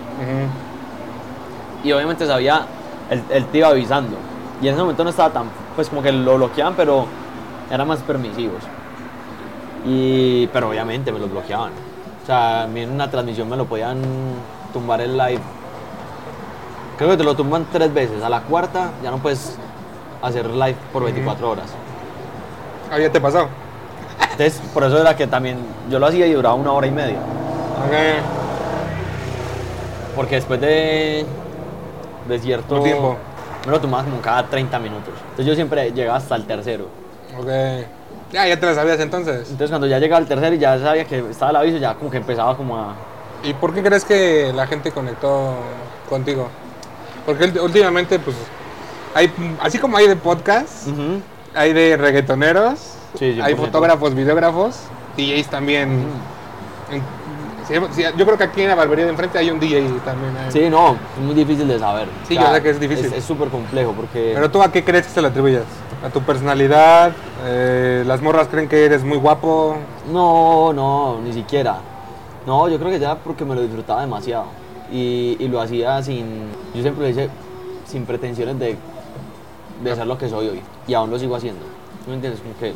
S1: y obviamente sabía el, el te iba avisando y en ese momento no estaba tan pues como que lo bloqueaban pero eran más permisivos y pero obviamente me lo bloqueaban o sea a mí en una transmisión me lo podían tumbar el live creo que te lo tumban tres veces a la cuarta ya no puedes hacer live por 24 horas
S2: Ah, ya te pasó.
S1: entonces por eso era que también yo lo hacía y duraba una hora y media
S2: Ok.
S1: porque después de de cierto
S2: Un tiempo.
S1: me lo tumbaban como cada 30 minutos entonces yo siempre llegaba hasta el tercero
S2: Ok. Ya, ya te la sabías entonces.
S1: Entonces cuando ya llegaba el tercero y ya sabía que estaba el aviso, ya como que empezaba como a...
S2: ¿Y por qué crees que la gente conectó contigo? Porque ulti- últimamente, pues, hay, así como hay de podcast, hay de reggaetoneros,
S1: Sí, 100%.
S2: hay fotógrafos, videógrafos, DJs también. En- sí, sí, yo creo que aquí en la barbería de enfrente hay un DJ también. hay.
S1: Sí, no, es muy difícil de saber.
S2: Sí, yo sé que es difícil.
S1: Es súper complejo porque...
S2: Pero tú a qué crees que se lo atribuyes? ¿A tu personalidad? Eh, ¿Las morras creen que eres muy guapo?
S1: No, no, ni siquiera. No, yo creo que ya porque me lo disfrutaba demasiado. Y, y lo hacía sin... Yo siempre lo hice sin pretensiones de, de ser lo que soy hoy. Y aún lo sigo haciendo. ¿Tú me entiendes? Como que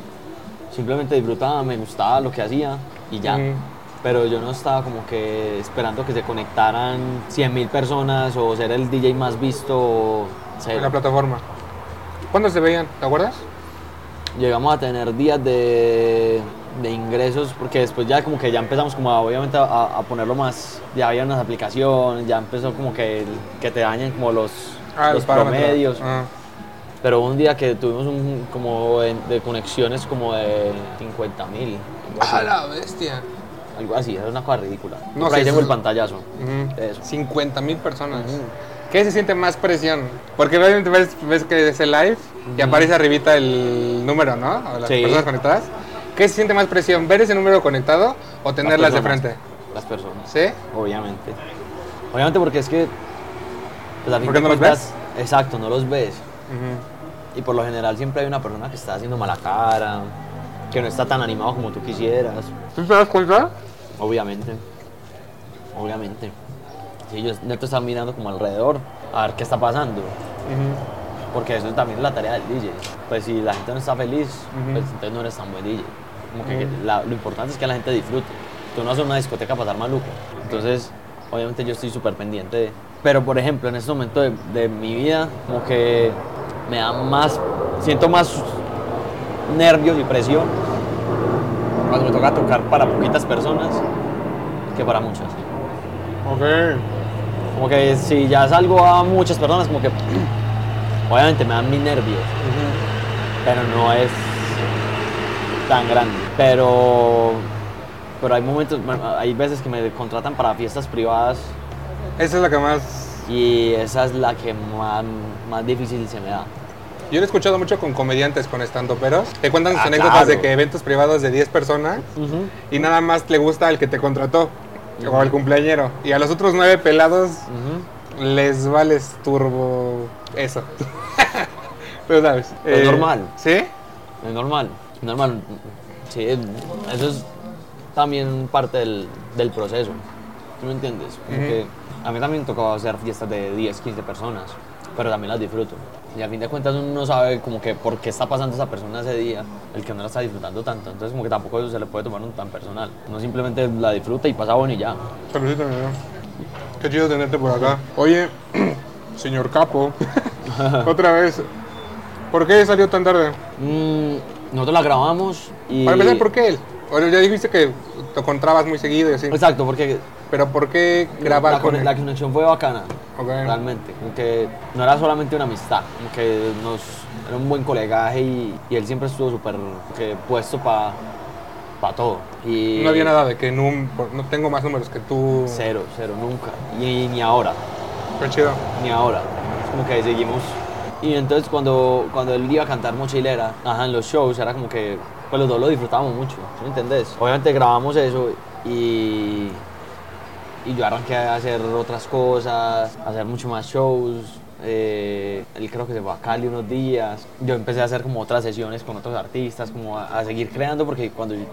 S1: simplemente disfrutaba, me gustaba lo que hacía y ya.
S2: Mm.
S1: Pero yo no estaba como que esperando que se conectaran 100.000 personas o ser el DJ más visto. o-
S2: en
S1: cero.
S2: la plataforma? ¿Cuándo se veían? ¿Te acuerdas?
S1: Llegamos a tener días de, de ingresos porque después ya como que ya empezamos como a, obviamente a, a ponerlo más, ya había unas aplicaciones, ya empezó como que, el- que te dañen como los, los
S2: parámetros.
S1: promedios.
S2: Ah.
S1: Pero hubo un día que tuvimos un, como de, de conexiones como de 50 mil.
S2: A la bestia.
S1: Algo así, era una cosa ridícula.
S2: No
S1: No, Por ahí
S2: sé,
S1: tengo
S2: eso-
S1: el pantallazo.
S2: Ujú.
S1: de eso.
S2: 50 mil personas. ¿Qué se siente más presión? Porque obviamente ves, ves que es el live y aparece arribita el número, ¿no? O las
S1: Sí.
S2: personas conectadas. ¿Qué se siente más presión? ¿Ver ese número conectado o tenerlas de
S1: personas.
S2: frente?
S1: Las personas.
S2: ¿Sí?
S1: Obviamente. Obviamente porque es que... Pues, a fin
S2: Porque
S1: de
S2: no los
S1: cuentas- Exacto, no los ves. Y por lo general siempre hay una persona que está haciendo mala cara, que no está tan animado como tú quisieras.
S2: ¿Tú te das cuenta?
S1: Obviamente. Obviamente. Si ellos no te están mirando como alrededor, a ver qué está pasando. Porque eso también es la tarea del DJ. Pues si la gente no está feliz, pues entonces no eres tan buen DJ. Como que la- lo importante es que la gente disfrute. Tú no haces una discoteca para pasar maluco. Entonces, obviamente yo estoy súper pendiente. de- Pero, por ejemplo, en este momento de, de mi vida, como que me da más... Siento más nervios y presión cuando me toca tocar para poquitas personas que para muchas.
S2: Ok.
S1: Como que si ya salgo a muchas personas, como que obviamente me dan mis nervios, pero no es tan grande. Pero, pero hay momentos, bueno, hay veces que me contratan para fiestas privadas
S2: Esa es la que más...
S1: y esa es la que más, más difícil se me da.
S2: Yo lo he escuchado mucho con comediantes, con estandoperos. Te cuentan sus
S1: Ah,
S2: anécdotas
S1: claro.
S2: de que eventos privados de 10 personas y nada más le gusta al que te contrató o al cumpleañero. Y a los otros 9 pelados les vales turbo eso. *laughs* Pero sabes. eh,
S1: Lo normal.
S2: ¿Sí?
S1: Es normal, es normal. Sí, eso es también parte del, del proceso. ¿Tú me entiendes? Como que a mí también tocaba hacer fiestas de 10, 15 personas, pero también las disfruto. Y a fin de cuentas uno no sabe como que por qué está pasando esa persona ese día, el que no la está disfrutando tanto. Entonces como que tampoco eso se le puede tomar un tan personal. Uno simplemente la disfruta y pasa bueno y ya.
S2: Saludito, mi amor. Qué chido tenerte por acá. Oye, *clears throat* Señor
S1: *laughs*
S2: Capo. Otra vez. ¿Por qué salió tan tarde?
S1: Mm, nosotros la grabamos y...
S2: Para empezar, ¿por qué él? Bueno, ya dijiste que te encontrabas muy seguido y así.
S1: Exacto, porque
S2: Pero ¿por qué grabar
S1: Pues, la,
S2: con
S1: cone-
S2: él?
S1: la conexión fue bacana,
S2: Ok.
S1: realmente. Como que no era solamente una amistad, como que nos, era un buen colegaje y, y él siempre estuvo súper como que puesto para todo. Y
S2: No había nada de que num- por- no tengo más números que tú.
S1: Cero, cero, nunca. Y, ni ahora,
S2: Qué chido.
S1: ni ahora. Es como que seguimos. Y entonces cuando, cuando él iba a cantar Mochilera, ajá, en los shows, era como que pues los dos lo disfrutábamos mucho, ¿sí me entendés? Obviamente grabamos eso y, y yo arranqué a hacer otras cosas, a hacer mucho más shows. eh, él creo que se fue a Cali unos días. Yo empecé a hacer como otras sesiones con otros artistas, como a, a seguir creando, porque cuando yo,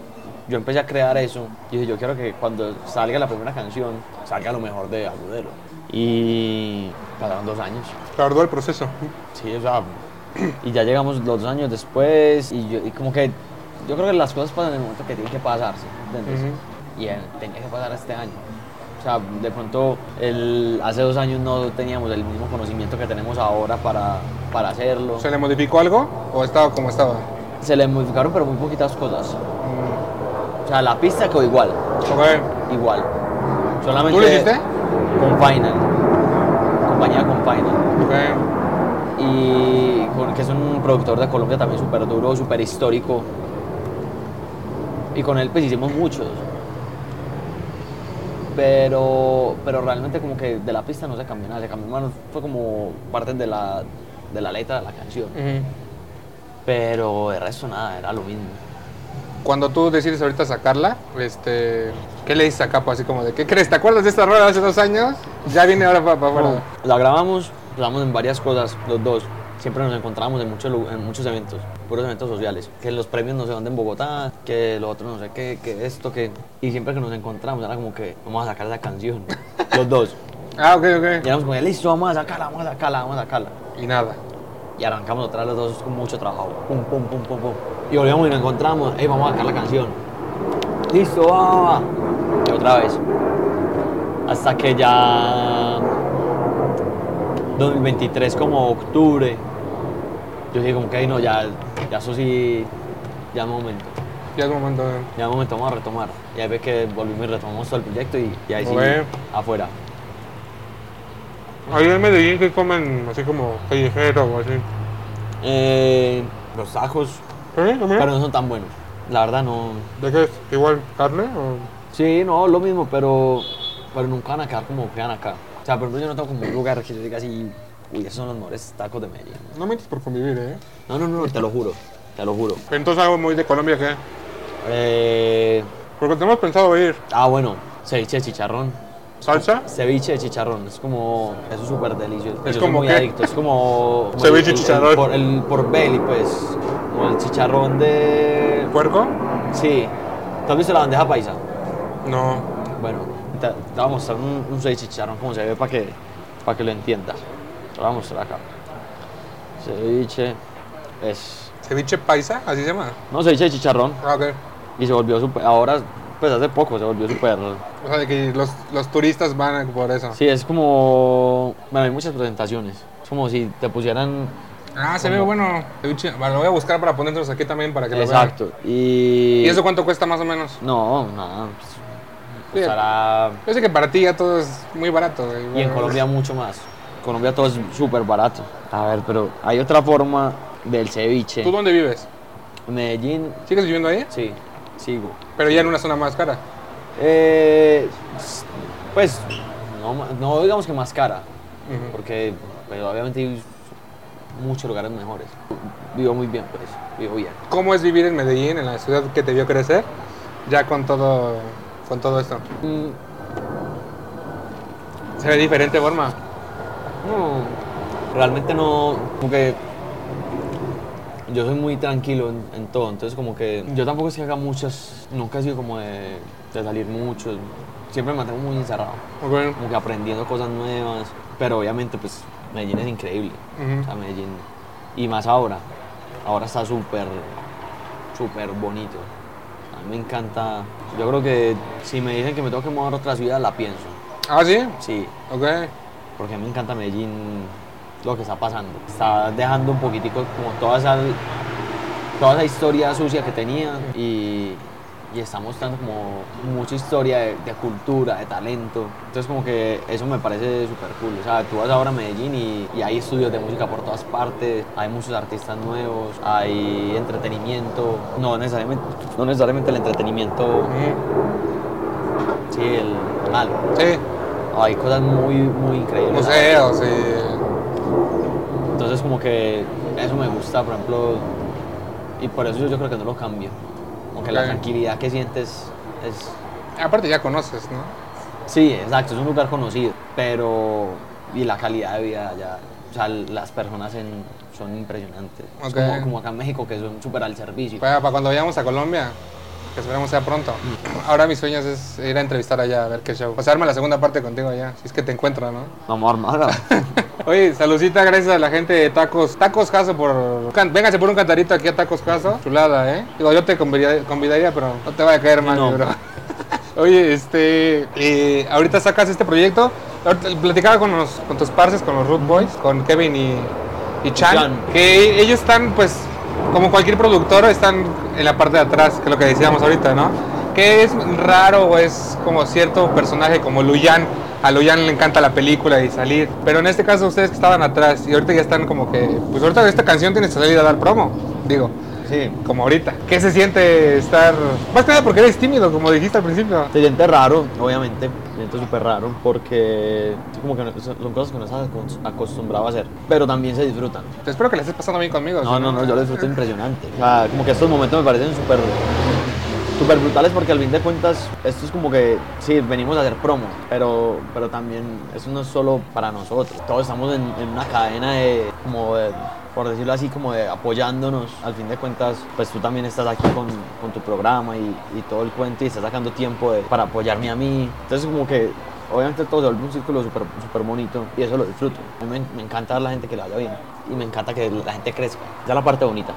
S1: yo empecé a crear eso, yo dije, yo quiero que cuando salga la primera canción, salga lo mejor de Agudelo. Y pasaron dos años.
S2: Tardó el proceso.
S1: Sí, o sea, *clears throat* y ya llegamos los dos años después y, yo- y como que yo creo que las cosas pasan en el momento que tienen que pasarse, ¿entiendes? Y eh, tenía que pasar este año. O sea, de pronto el, hace dos años no teníamos el mismo conocimiento que tenemos ahora para, para hacerlo.
S2: ¿Se le modificó algo o estaba como estaba?
S1: Se le modificaron pero muy poquitas cosas.
S2: Mm,
S1: O sea, la pista quedó igual,
S2: ok.
S1: igual. Solamente
S2: ¿Tú lo hiciste?
S1: Con Final. Compañía con Final.
S2: Ok.
S1: y con- que es un productor de Colombia también súper duro, súper histórico. Y con él pues hicimos muchos. Pero, pero realmente como que de la pista no se cambió nada, se cambió más, fue como parte de la, de la letra de la canción.
S2: Ujú.
S1: Pero de resto nada, era lo mismo.
S2: Cuando tú decides ahorita sacarla, este, ¿qué le dices a Capo? Así como de, ¿qué crees? ¿Te acuerdas de esta rueda hace dos años? Ya viene ahora para afuera.
S1: La grabamos, grabamos en varias cosas, los dos. Siempre nos encontramos en muchos, lu- en muchos eventos, puros eventos sociales. Que los premios no sé dónde en Bogotá, que lo otro no sé qué, que esto, que... Y siempre que nos encontramos era como que vamos a sacar la canción, los dos.
S2: Ah, ok,
S1: Y
S2: ok.
S1: éramos como, listo, vamos a sacarla, vamos a sacarla, vamos a sacarla.
S2: Y nada.
S1: Y arrancamos otra vez los dos con mucho trabajo. Pum, pum, pum, pum, pum. Y volvíamos y nos encontramos, hey, vamos a sacar la canción. Listo, va, va, va. Y otra vez. Hasta que ya 2023, como octubre, yo dije como que "Ay, no, ya, ya eso sí, ya es momento.
S2: Ya es momento de...
S1: Ya es momento, vamos a retomar. Y ahí ves que volvimos y retomamos todo el proyecto y, y ahí sí,
S2: Bueno.
S1: afuera.
S2: Ahí en Medellín que comen así como callejero o así.
S1: Eh, los sajos,
S2: ¿Eh?
S1: pero no son tan buenos. La verdad no,
S2: ¿De qué es? ¿Igual carne o...?
S1: Sí, no, lo mismo, pero, pero nunca van a quedar como quedan acá. O sea, por ejemplo, yo no tengo como un lugar que yo diga así, uy, esos son los mejores tacos de Medellín.
S2: No mientes por convivir, ¿eh?
S1: No, no, no, te lo juro, te lo juro.
S2: Entonces algo muy de Colombia, ¿qué?
S1: Eh,
S2: Porque tenemos pensado ir.
S1: ah, bueno, ceviche de chicharrón.
S2: ¿Salsa?
S1: Ceviche de chicharrón, es como, eso es súper delicioso. Pues Yo
S2: ¿Es
S1: soy
S2: como
S1: muy
S2: qué?
S1: adicto, es como... como
S2: Ceviche
S1: el-
S2: y chicharrón.
S1: El, por, el portbelly, pues, como el chicharrón de...
S2: ¿Puerco?
S1: Sí, ¿tú has visto la bandeja paisa?
S2: No.
S1: Bueno, te, te voy a mostrar un, un ceviche chicharrón como se ve para que, para que lo entiendas. Te lo voy a mostrar acá. Ceviche es.
S2: ¿Ceviche paisa? ¿Así se llama?
S1: No, ceviche de chicharrón.
S2: Ah, ok.
S1: Y se volvió súper. Ahora, pues hace poco se volvió súper.
S2: O sea, de que los, los turistas van a- por eso.
S1: Sí, es como. Bueno, hay muchas presentaciones. Es como si te pusieran.
S2: Ah, se ve bueno. Ceviche. Bueno, lo voy a buscar para ponerlos aquí también para que lo vean.
S1: Exacto. Y.
S2: ¿Y eso cuánto cuesta más o menos?
S1: No, nada.
S2: Sí.
S1: Pues, costará-
S2: Yo sé que para ti ya todo es muy barato. güey.
S1: Y en
S2: Bueno,
S1: Colombia mucho más. En Colombia todo es súper barato. A ver, pero hay otra forma del ceviche.
S2: ¿Tú dónde vives?
S1: Medellín,
S2: ¿Sigues viviendo ahí?
S1: sí, sigo.
S2: Pero ya en una zona más cara.
S1: Eh, s- pues, no, ma- no digamos que más cara, porque pues, obviamente hay muchos lugares mejores. Vivo muy bien, pues, vivo bien.
S2: ¿Cómo es vivir en Medellín, en la ciudad que te vio crecer? Ya con todo, con todo esto.
S1: Mm,
S2: Se ve de diferente forma.
S1: No, realmente no, como que yo soy muy tranquilo en, en todo, entonces como que yo tampoco es que haga muchas, nunca he sido como de, de salir mucho, siempre me mantengo muy encerrado,
S2: Ok.
S1: como que aprendiendo cosas nuevas, pero obviamente pues Medellín es increíble,
S2: Ujú.
S1: o sea, Medellín, y más ahora, ahora está súper, súper bonito, a mí me encanta, yo creo que si me dicen que me tengo que mudar a otra ciudad, la pienso,
S2: ¿Ah, sí?
S1: sí,
S2: Ok.
S1: porque a mí me encanta Medellín lo que está pasando. Está dejando un poquitico como toda esa, toda esa historia sucia que tenía y, y está mostrando como mucha historia de, de cultura, de talento. Entonces como que eso me parece súper cool. O sea, tú vas ahora a Medellín y, y hay estudios de música por todas partes, hay muchos artistas nuevos, hay entretenimiento, no necesariamente, no necesariamente el entretenimiento, sí, el malo.
S2: Sí,
S1: Hay cosas muy, muy increíbles.
S2: museos y...
S1: Entonces como que eso me gusta, por ejemplo, y por eso yo, yo creo que no lo cambio. Aunque la
S2: Ok.
S1: tranquilidad que sientes es...
S2: Aparte ya conoces, ¿no?
S1: Sí, exacto, es un lugar conocido, pero... Y la calidad de vida allá, o sea, las personas en- son impresionantes. Es
S2: Ok.
S1: como, como acá en México que son súper al servicio.
S2: Para, para cuando vayamos a Colombia, que esperemos sea pronto. Ahora mis sueños es ir a entrevistar allá, a ver qué show. Pasarme la segunda parte contigo allá, si es que te encuentro, ¿no?
S1: Vamos hermano.
S2: *laughs* Oye, saludcita, gracias a la gente de Tacos. Tacos Caso por. can- Vénganse por un cantarito aquí a Tacos Caso. Chulada, ¿eh? Digo, yo te convidaría, convidaría, pero no te va a caer mal,
S1: No.
S2: mi bro. Oye, este. eh, ahorita sacas este proyecto. Ahorita Platicaba con, los, con tus parces, con los Root Boys, con Kevin y, y Chan,
S1: Chan.
S2: Que ellos están, pues, como cualquier productor, están en la parte de atrás, que es lo que decíamos ahorita, ¿no? Que es raro o es como cierto personaje como Luyan. A Luyan le encanta la película y salir. Pero en este caso, ustedes que estaban atrás y ahorita ya están como que. Pues ahorita esta canción tienes que salir a dar promo, digo.
S1: Sí.
S2: Como ahorita. ¿Qué se siente estar.? Más que nada porque eres tímido, como dijiste al principio.
S1: Se siente raro, obviamente, se siente súper raro porque es como que no- son cosas que no estás acos- acostumbrado a hacer, pero también se disfrutan.
S2: Te espero que la estés pasando bien conmigo.
S1: No,
S2: si
S1: no, no, yo lo disfruto impresionante. O sea, como que estos momentos me parecen súper súper brutales porque al fin de cuentas esto es como que sí venimos a hacer promo pero pero también eso no es solo para nosotros todos estamos en, en una cadena de como de, por decirlo así como de apoyándonos al fin de cuentas pues tú también estás aquí con, con tu programa y, y todo el cuento y estás sacando tiempo de- para apoyarme a mí entonces como que obviamente todo se vuelve un círculo súper súper bonito y eso lo disfruto a mí me, me encanta ver la gente que la vaya bien y me encanta que la gente crezca esa es la parte bonita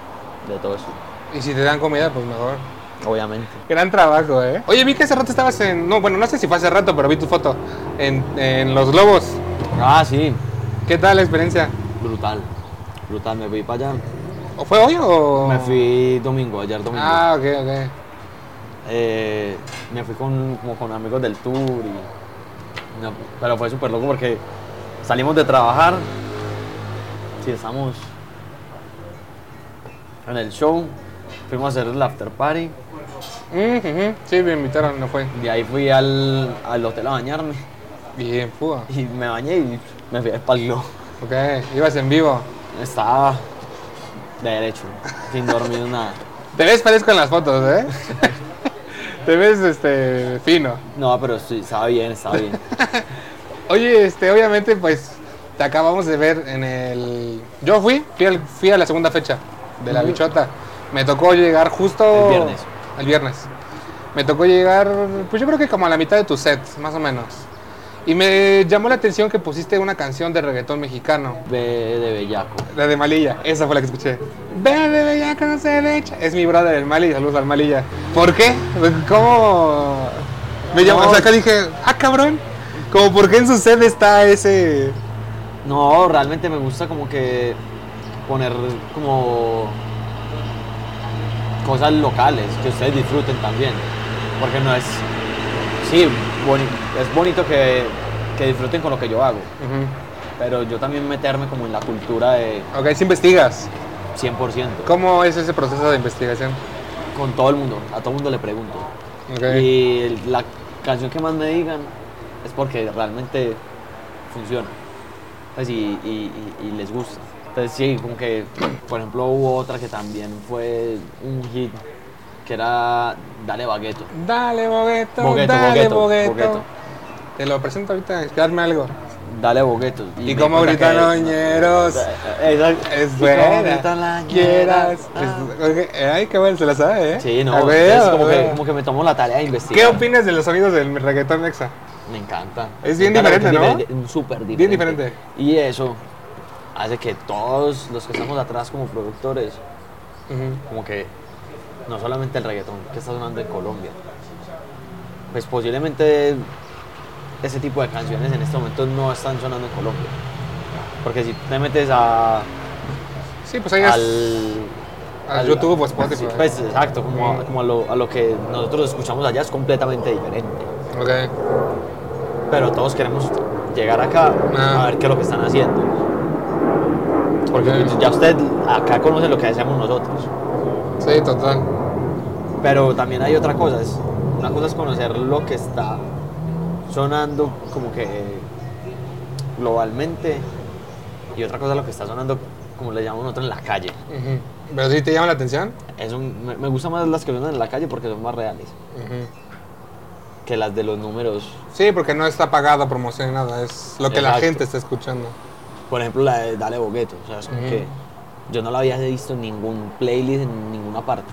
S1: de todo eso
S2: *laughs* Y si te dan comida, pues mejor.
S1: obviamente
S2: Gran trabajo, ¿eh? Oye, vi que hace rato estabas en. No, bueno, no sé si fue hace rato, pero vi tu foto. En, en Los Globos.
S1: ah sí
S2: ¿Qué tal la experiencia?
S1: Brutal, brutal. Me fui para allá.
S2: ¿O fue hoy o.?
S1: Me fui domingo, ayer domingo.
S2: Oh. Ah, ok, ok.
S1: Eh, me fui con, como con amigos del tour. Y, no, pero fue súper loco porque salimos de trabajar. Sí, estamos en el show. Fuimos a hacer el after party.
S2: Mm, ujú. Sí, me invitaron, no fue.
S1: De ahí fui al, al hotel a bañarme. *laughs*
S2: Bien, púa.
S1: Y me bañé y me fui para el globo.
S2: Ok, ibas en vivo.
S1: Estaba de derecho, sin dormir nada.
S2: Te ves parezco en las fotos, ¿eh? *laughs* te ves, este. fino.
S1: No, pero sí, estaba bien, estaba bien.
S2: Oye, este, obviamente, pues te acabamos de ver en el. Yo fui, fui, al- fui a la segunda fecha de la bichota. Me tocó llegar justo.
S1: El viernes.
S2: El viernes. Me tocó llegar, pues yo creo que como a la mitad de tu set, más o menos. Y me llamó la atención que pusiste una canción de reggaetón mexicano.
S1: Ve de bellaco.
S2: La de Malilla, esa fue la que escuché. Ve de bellaco, no se le echa. Es mi brother, el Mali, saludos al Malilla. ¿Por qué? ¿Cómo? Me llamó,
S1: No.
S2: o sea, acá dije, ah, cabrón. Como, ¿por qué en su sede está ese...?
S1: No, realmente me gusta como que poner como cosas locales que ustedes disfruten también. Porque no es. Sí, boni- es bonito que, que disfruten con lo que yo hago. Pero yo también meterme como en la cultura de
S2: Ok, si investigas.
S1: 100%.
S2: ¿Cómo es ese proceso de investigación?
S1: Con todo el mundo. A todo el mundo le pregunto.
S2: Ok.
S1: Y el- la canción que más me digan es porque realmente funciona. Pues, y, y- y- y les gusta. Entonces sí, como que, por ejemplo, hubo otra que también fue un hit, que era Dale Bagueto.
S2: Dale, bogueto,
S1: Bogueto,
S2: dale,
S1: bogueto,
S2: bogueto.
S1: bogueto.
S2: Te lo presento ahorita, darme algo.
S1: Dale Bogueto.
S2: Y,
S1: me
S2: como
S1: di cuenta
S2: gritan
S1: que-
S2: oñeros.
S1: Exacto.
S2: Es
S1: Y como
S2: buena.
S1: gritan las ñeras.
S2: Quieras.
S1: Ah.
S2: Es- ok, Ay, qué bueno, se la sabe, ¿eh?
S1: Sí, no,
S2: A huevo,
S1: entonces
S2: a
S1: como que,
S2: huevo.
S1: como que me tomo la tarea de investigar.
S2: ¿Qué opinas de los sonidos del reggaetón mexa?
S1: Me encanta.
S2: Es bien
S1: Me encanta porque
S2: diferente, ¿no?
S1: es diferente, Súper diferente.
S2: Bien
S1: Y eso hace que todos los que estamos atrás como productores,
S2: Ujú.
S1: como que no solamente el reggaetón que está sonando en Colombia, pues posiblemente ese tipo de canciones en este momento no están sonando en Colombia. Porque si te metes a,
S2: Sí, pues ahí es-
S1: al,
S2: a YouTube o Spotify.
S1: sí, pues, exacto, como, a, como a lo, a lo que nosotros escuchamos allá es completamente diferente.
S2: Ok.
S1: Pero todos queremos llegar acá
S2: Ah.
S1: a ver qué es lo que están haciendo. Porque
S2: Ok.
S1: ya usted acá conoce lo que hacemos nosotros.
S2: Sí, total.
S1: Pero también hay otra cosa, es, una cosa es conocer lo que está sonando como que globalmente y otra cosa es lo que está sonando como le llamamos nosotros en la calle.
S2: Ujú. ¿Pero sí te llama la atención?
S1: Es un- me, me gustan más las que suenan en la calle porque son más reales
S2: Ujú.
S1: que las de los números.
S2: Sí, porque no está pagada promoción ni nada, es lo que la
S1: Exacto.
S2: gente está escuchando.
S1: Por ejemplo, la de Dale Bogueto, o sea, es como
S2: Ujú.
S1: que yo no la había visto en ningún playlist, en ninguna parte.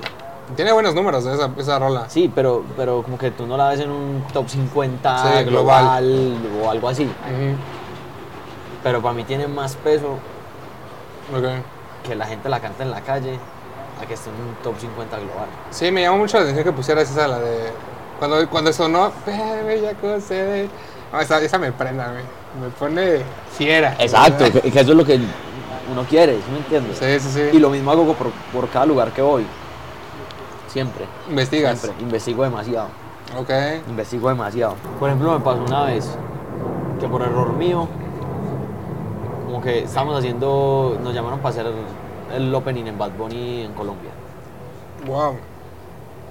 S2: Tiene buenos números ¿eh? esa, esa rola.
S1: Sí, pero, pero como que tú no la ves en un top 50
S2: Sí, global.
S1: global. o algo así.
S2: Ujú.
S1: Pero para mí tiene más peso
S2: Ok.
S1: que la gente la canta en la calle a que esté en un top 50 global.
S2: Sí, me llamó mucho la atención que pusieras esa, la de. Cuando, cuando sonó. "Ve, Bella cosa de-". No, esa, esa me prenda, güey. Me pone fiera.
S1: que, que eso es lo que uno quiere, ¿sí me entiendes?
S2: Sí, sí, sí.
S1: Y lo mismo hago por, por cada lugar que voy. Siempre.
S2: Investigas.
S1: Siempre. Investigo demasiado.
S2: Ok.
S1: Investigo demasiado. Por ejemplo, me pasó una vez que por error mío, como que estábamos haciendo, nos llamaron para hacer el opening en Bad Bunny en Colombia.
S2: Wow.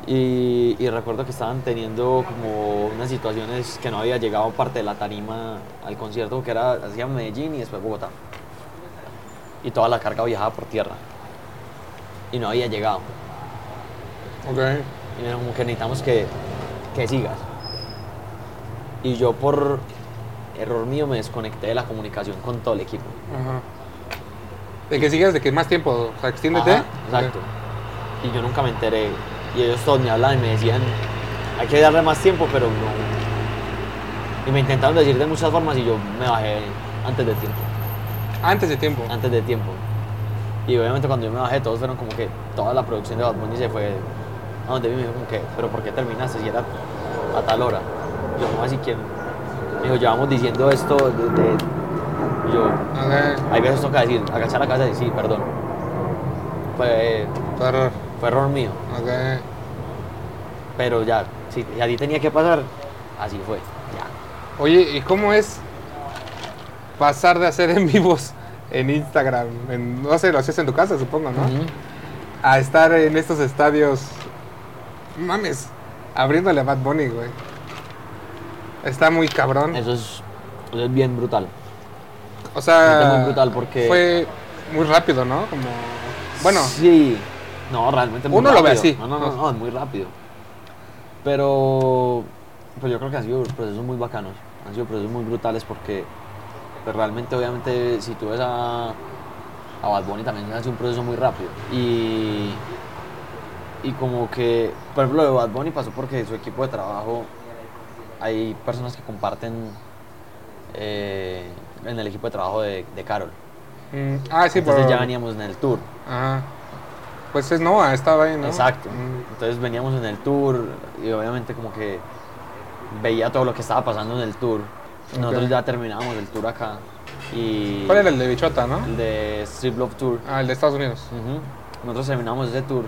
S1: Y, y recuerdo que estaban teniendo como unas situaciones que no había llegado parte de la tarima al concierto, que era hacia Medellín y después Bogotá. Y toda la carga viajaba por tierra. Y no había llegado. Y
S2: Ok.
S1: me dijeron como que necesitamos que, que sigas. Y yo por error mío me desconecté de la comunicación con todo el equipo.
S2: Ajá. De que sigas, de que más tiempo. O sea, extiéndete.
S1: Ajá, exacto. Y yo nunca me enteré. Y ellos todos me hablaban y me decían, hay que darle más tiempo, pero no. Y me intentaron decir de muchas formas y yo me bajé antes de tiempo.
S2: Ok. Antes de tiempo.
S1: Antes de tiempo. Y obviamente cuando yo me bajé, todos fueron como que toda la producción de Bad Bunny se fue a donde mí y me dijo como que, pero ¿por qué terminaste si era a tal hora? Yo no así quién. Me dijo, llevamos diciendo esto desde... y yo,
S2: Ok.
S1: hay veces toca decir, agachar la casa y decir, sí, perdón. Fue,
S2: Tu error.
S1: fue error mío.
S2: Ok.
S1: Pero ya, si a ti tenía que pasar, así fue. Ya.
S2: Oye, ¿y cómo es pasar de hacer en vivos en Instagram? En- no sé, lo haces en tu casa, supongo, ¿no? a estar en estos estadios. Mames, abriéndole a Bad Bunny, güey. Está muy cabrón.
S1: Eso, es, eso es bien brutal.
S2: o sea,
S1: está muy brutal porque-
S2: fue muy rápido, ¿no? Como bueno,
S1: Sí. No, realmente muy
S2: Uno lo
S1: rápido.
S2: ve así.
S1: No, no, no, no, es muy rápido. Pero pues yo creo que han sido procesos muy bacanos. Han sido procesos muy brutales porque pues, realmente, obviamente, si tú ves a, a Bad Bunny también ha sido un proceso muy rápido. Y, y como que, por ejemplo, lo de Bad Bunny pasó porque su equipo de trabajo hay personas que comparten eh, en el equipo de trabajo de, de Carol.
S2: mm, ah, sí,
S1: Entonces
S2: pero
S1: ya veníamos en el tour.
S2: Ajá. Pues es Noah, estaba ahí, ¿no?
S1: Exacto.
S2: Mm,
S1: Entonces veníamos en el tour y obviamente como que veía todo lo que estaba pasando en el tour. Nosotros
S2: Ok.
S1: ya terminábamos el tour acá y
S2: ¿Cuál era el de Bichota, no?
S1: el de Strip Love Tour.
S2: Ah, el de Estados Unidos.
S1: Ujú. Nosotros terminamos ese tour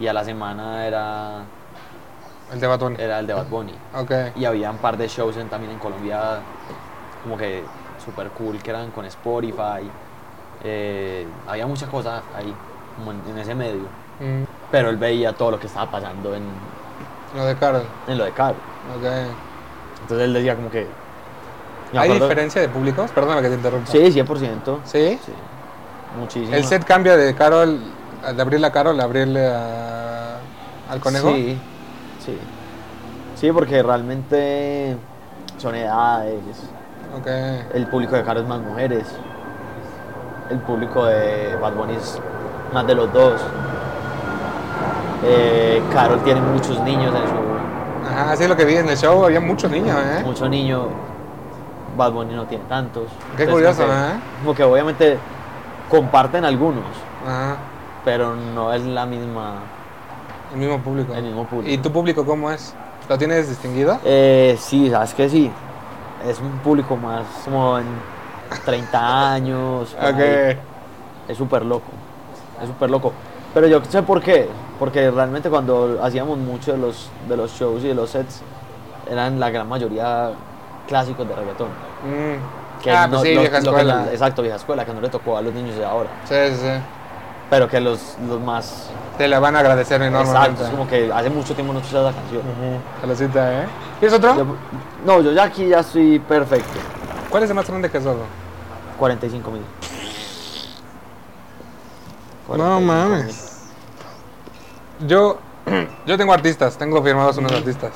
S1: y a la semana era,
S2: El de Bad Bunny.
S1: era el de Bad Bunny.
S2: Ok.
S1: Y había un par de shows en- también en Colombia como que super cool que eran con Spotify. Eh, había mucha cosa ahí, como en- en ese medio.
S2: Mm,
S1: Pero él veía todo lo que estaba pasando en,
S2: Lo de Carol.
S1: en lo de Caro.
S2: Ok.
S1: Entonces él decía como que... me
S2: ¿Hay
S1: acuerdo-
S2: diferencia de públicos? Perdóname que te interrumpa.
S1: Sí, 100%.
S2: ¿Sí?
S1: Sí. Muchísimo.
S2: El set cambia de Carol, de abrirle a Carol, a abrirle a, al conejo.
S1: Sí, sí. Sí, porque realmente son edades.
S2: Ok.
S1: El público de Caro es más mujeres. El público de Bad Bunny es más de los dos. Eh, Carol tiene muchos niños en su...
S2: Ajá, así es lo que vi en el show, había muchos niños, ¿eh?
S1: Muchos niños. Bad Bunny no tiene tantos.
S2: Qué
S1: Entonces,
S2: curioso,
S1: como que-
S2: ¿eh?
S1: Como que obviamente comparten algunos.
S2: Ajá,
S1: pero no es la misma.
S2: el mismo público.
S1: El mismo público.
S2: ¿Y tu público cómo es? ¿Lo tienes distinguido?
S1: Eh, sí, sabes que sí. es un público más como en 30 años. por ahí. Es súper loco. Es súper loco. Pero yo sé por qué. Porque realmente cuando hacíamos mucho de los, de los shows y de los sets, eran la gran mayoría clásicos de reggaetón.
S2: Mm.
S1: Que
S2: ah,
S1: no-
S2: pues sí,
S1: lo-
S2: vieja
S1: lo que
S2: escuela.
S1: no- exacto, vieja escuela, que no le tocó a los niños de ahora.
S2: Sí, sí, sí.
S1: Pero que los, los más
S2: Te la van a agradecer enormemente.
S1: exactos, es como que hace mucho tiempo no escuchas la canción.
S2: Ujú. Salucita, ¿eh? ¿Quieres otro?
S1: Yo- no, yo ya aquí ya estoy perfecto.
S2: ¿Cuál es el más grande que has dado?
S1: 45 mil.
S2: No mames.
S1: *clears throat*
S2: Yo, yo tengo artistas, tengo firmados unos artistas.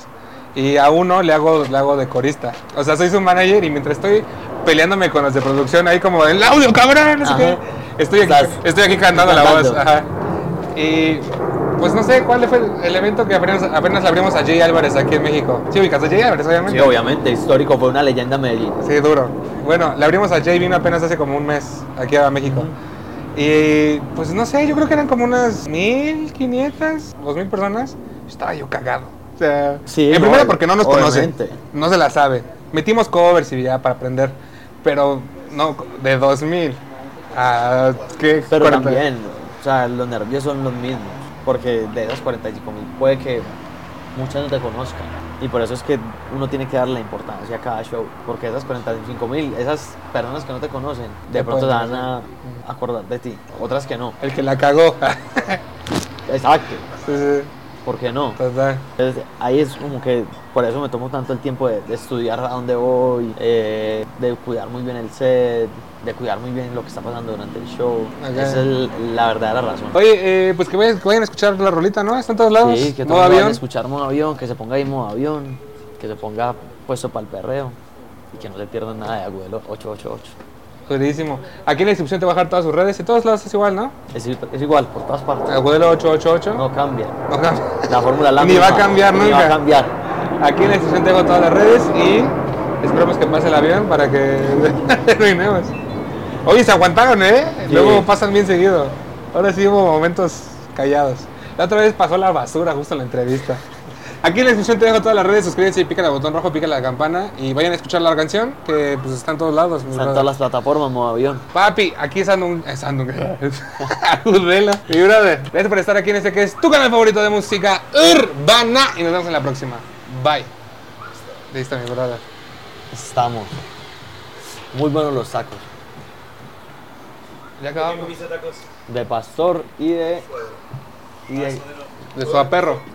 S2: Y a uno le hago, le hago de corista. O sea, soy su manager y mientras estoy peleándome con los de producción, ahí como el audio, cabrón, no sé
S1: Ajá.
S2: qué. Estoy aquí,
S1: Estás
S2: estoy aquí cantando la
S1: cantando.
S2: voz. Ajá. Y pues no sé cuál fue el evento que apenas, apenas le abrimos a Jay Álvarez aquí en México. Sí, ubicas a Jay Álvarez, obviamente.
S1: Sí, obviamente, histórico, fue una leyenda en Medellín.
S2: Sí, duro. Bueno, le abrimos a Jay, vino apenas hace como un mes aquí a México. Y pues no sé, yo creo que eran como unas 1500, 2000 personas. Estaba yo cagado. O sea,
S1: Sí,
S2: en
S1: no,
S2: primera porque no nos conoce.
S1: obviamente.
S2: No se la sabe. Metimos covers y ya para aprender. Pero no, de 2000 a. ¿Qué?
S1: Pero
S2: 40.
S1: también, o sea, los nervios son los mismos. Porque de esos 45 mil puede que muchas no te conozcan. Y por eso es que uno tiene que darle importancia a cada show. Porque esas 45 mil, esas personas que no te conocen, de
S2: Te
S1: pronto te
S2: pueden
S1: van a acordar de ti. Otras que no.
S2: El que la cagó. *laughs*
S1: Exacto.
S2: Sí, sí,
S1: ¿Por qué no?
S2: total.
S1: Entonces, ahí es como que por eso me tomo tanto el tiempo de, de estudiar a dónde voy, eh, de cuidar muy bien el set, de cuidar muy bien lo que está pasando durante el show.
S2: Ok.
S1: Esa es el- la verdadera razón.
S2: Oye, eh, pues que vayan, que vayan a escuchar la rolita, ¿no? Está en todos lados.
S1: Sí, que
S2: Modo
S1: todos vayan a
S2: avión.
S1: escuchar modo avión, que se ponga ahí modo avión, que se ponga puesto para el perreo y que no se pierdan nada de Agudelo 888.
S2: Jodidísimo. Aquí en la descripción te voy a dejar todas sus redes. En todos lados es igual, ¿no?
S1: Es, i- es igual, por todas partes.
S2: Agudelo 888.
S1: No cambia.
S2: No cambia.
S1: La fórmula es la
S2: Ah, Ni va a
S1: misma,
S2: cambiar
S1: Ni va
S2: nunca.
S1: a cambiar.
S2: *laughs* Aquí en la descripción tengo todas las redes y esperemos que pase el avión para que *laughs* terminemos. Oye, se aguantaron, ¿eh?
S1: Sí.
S2: Luego pasan bien seguido. Ahora sí hubo momentos callados. La otra vez pasó la basura justo en la entrevista. Aquí en la descripción te dejo todas las redes, suscríbete y pica el botón rojo, pica la campana y vayan a escuchar la canción que pues está en todos lados. mi
S1: Están
S2: brother.
S1: todas las plataformas modo avión.
S2: Papi, aquí es Andung. Es Andung. *laughs* Agudelo. Mi brother, gracias por estar aquí en este que es tu canal favorito de música urbana. Y nos vemos en la próxima. Bye. Listo, mi brother.
S1: Estamos. Muy buenos los tacos.
S2: Ya acabamos.
S1: De pastor y de. Y de
S2: De su perro.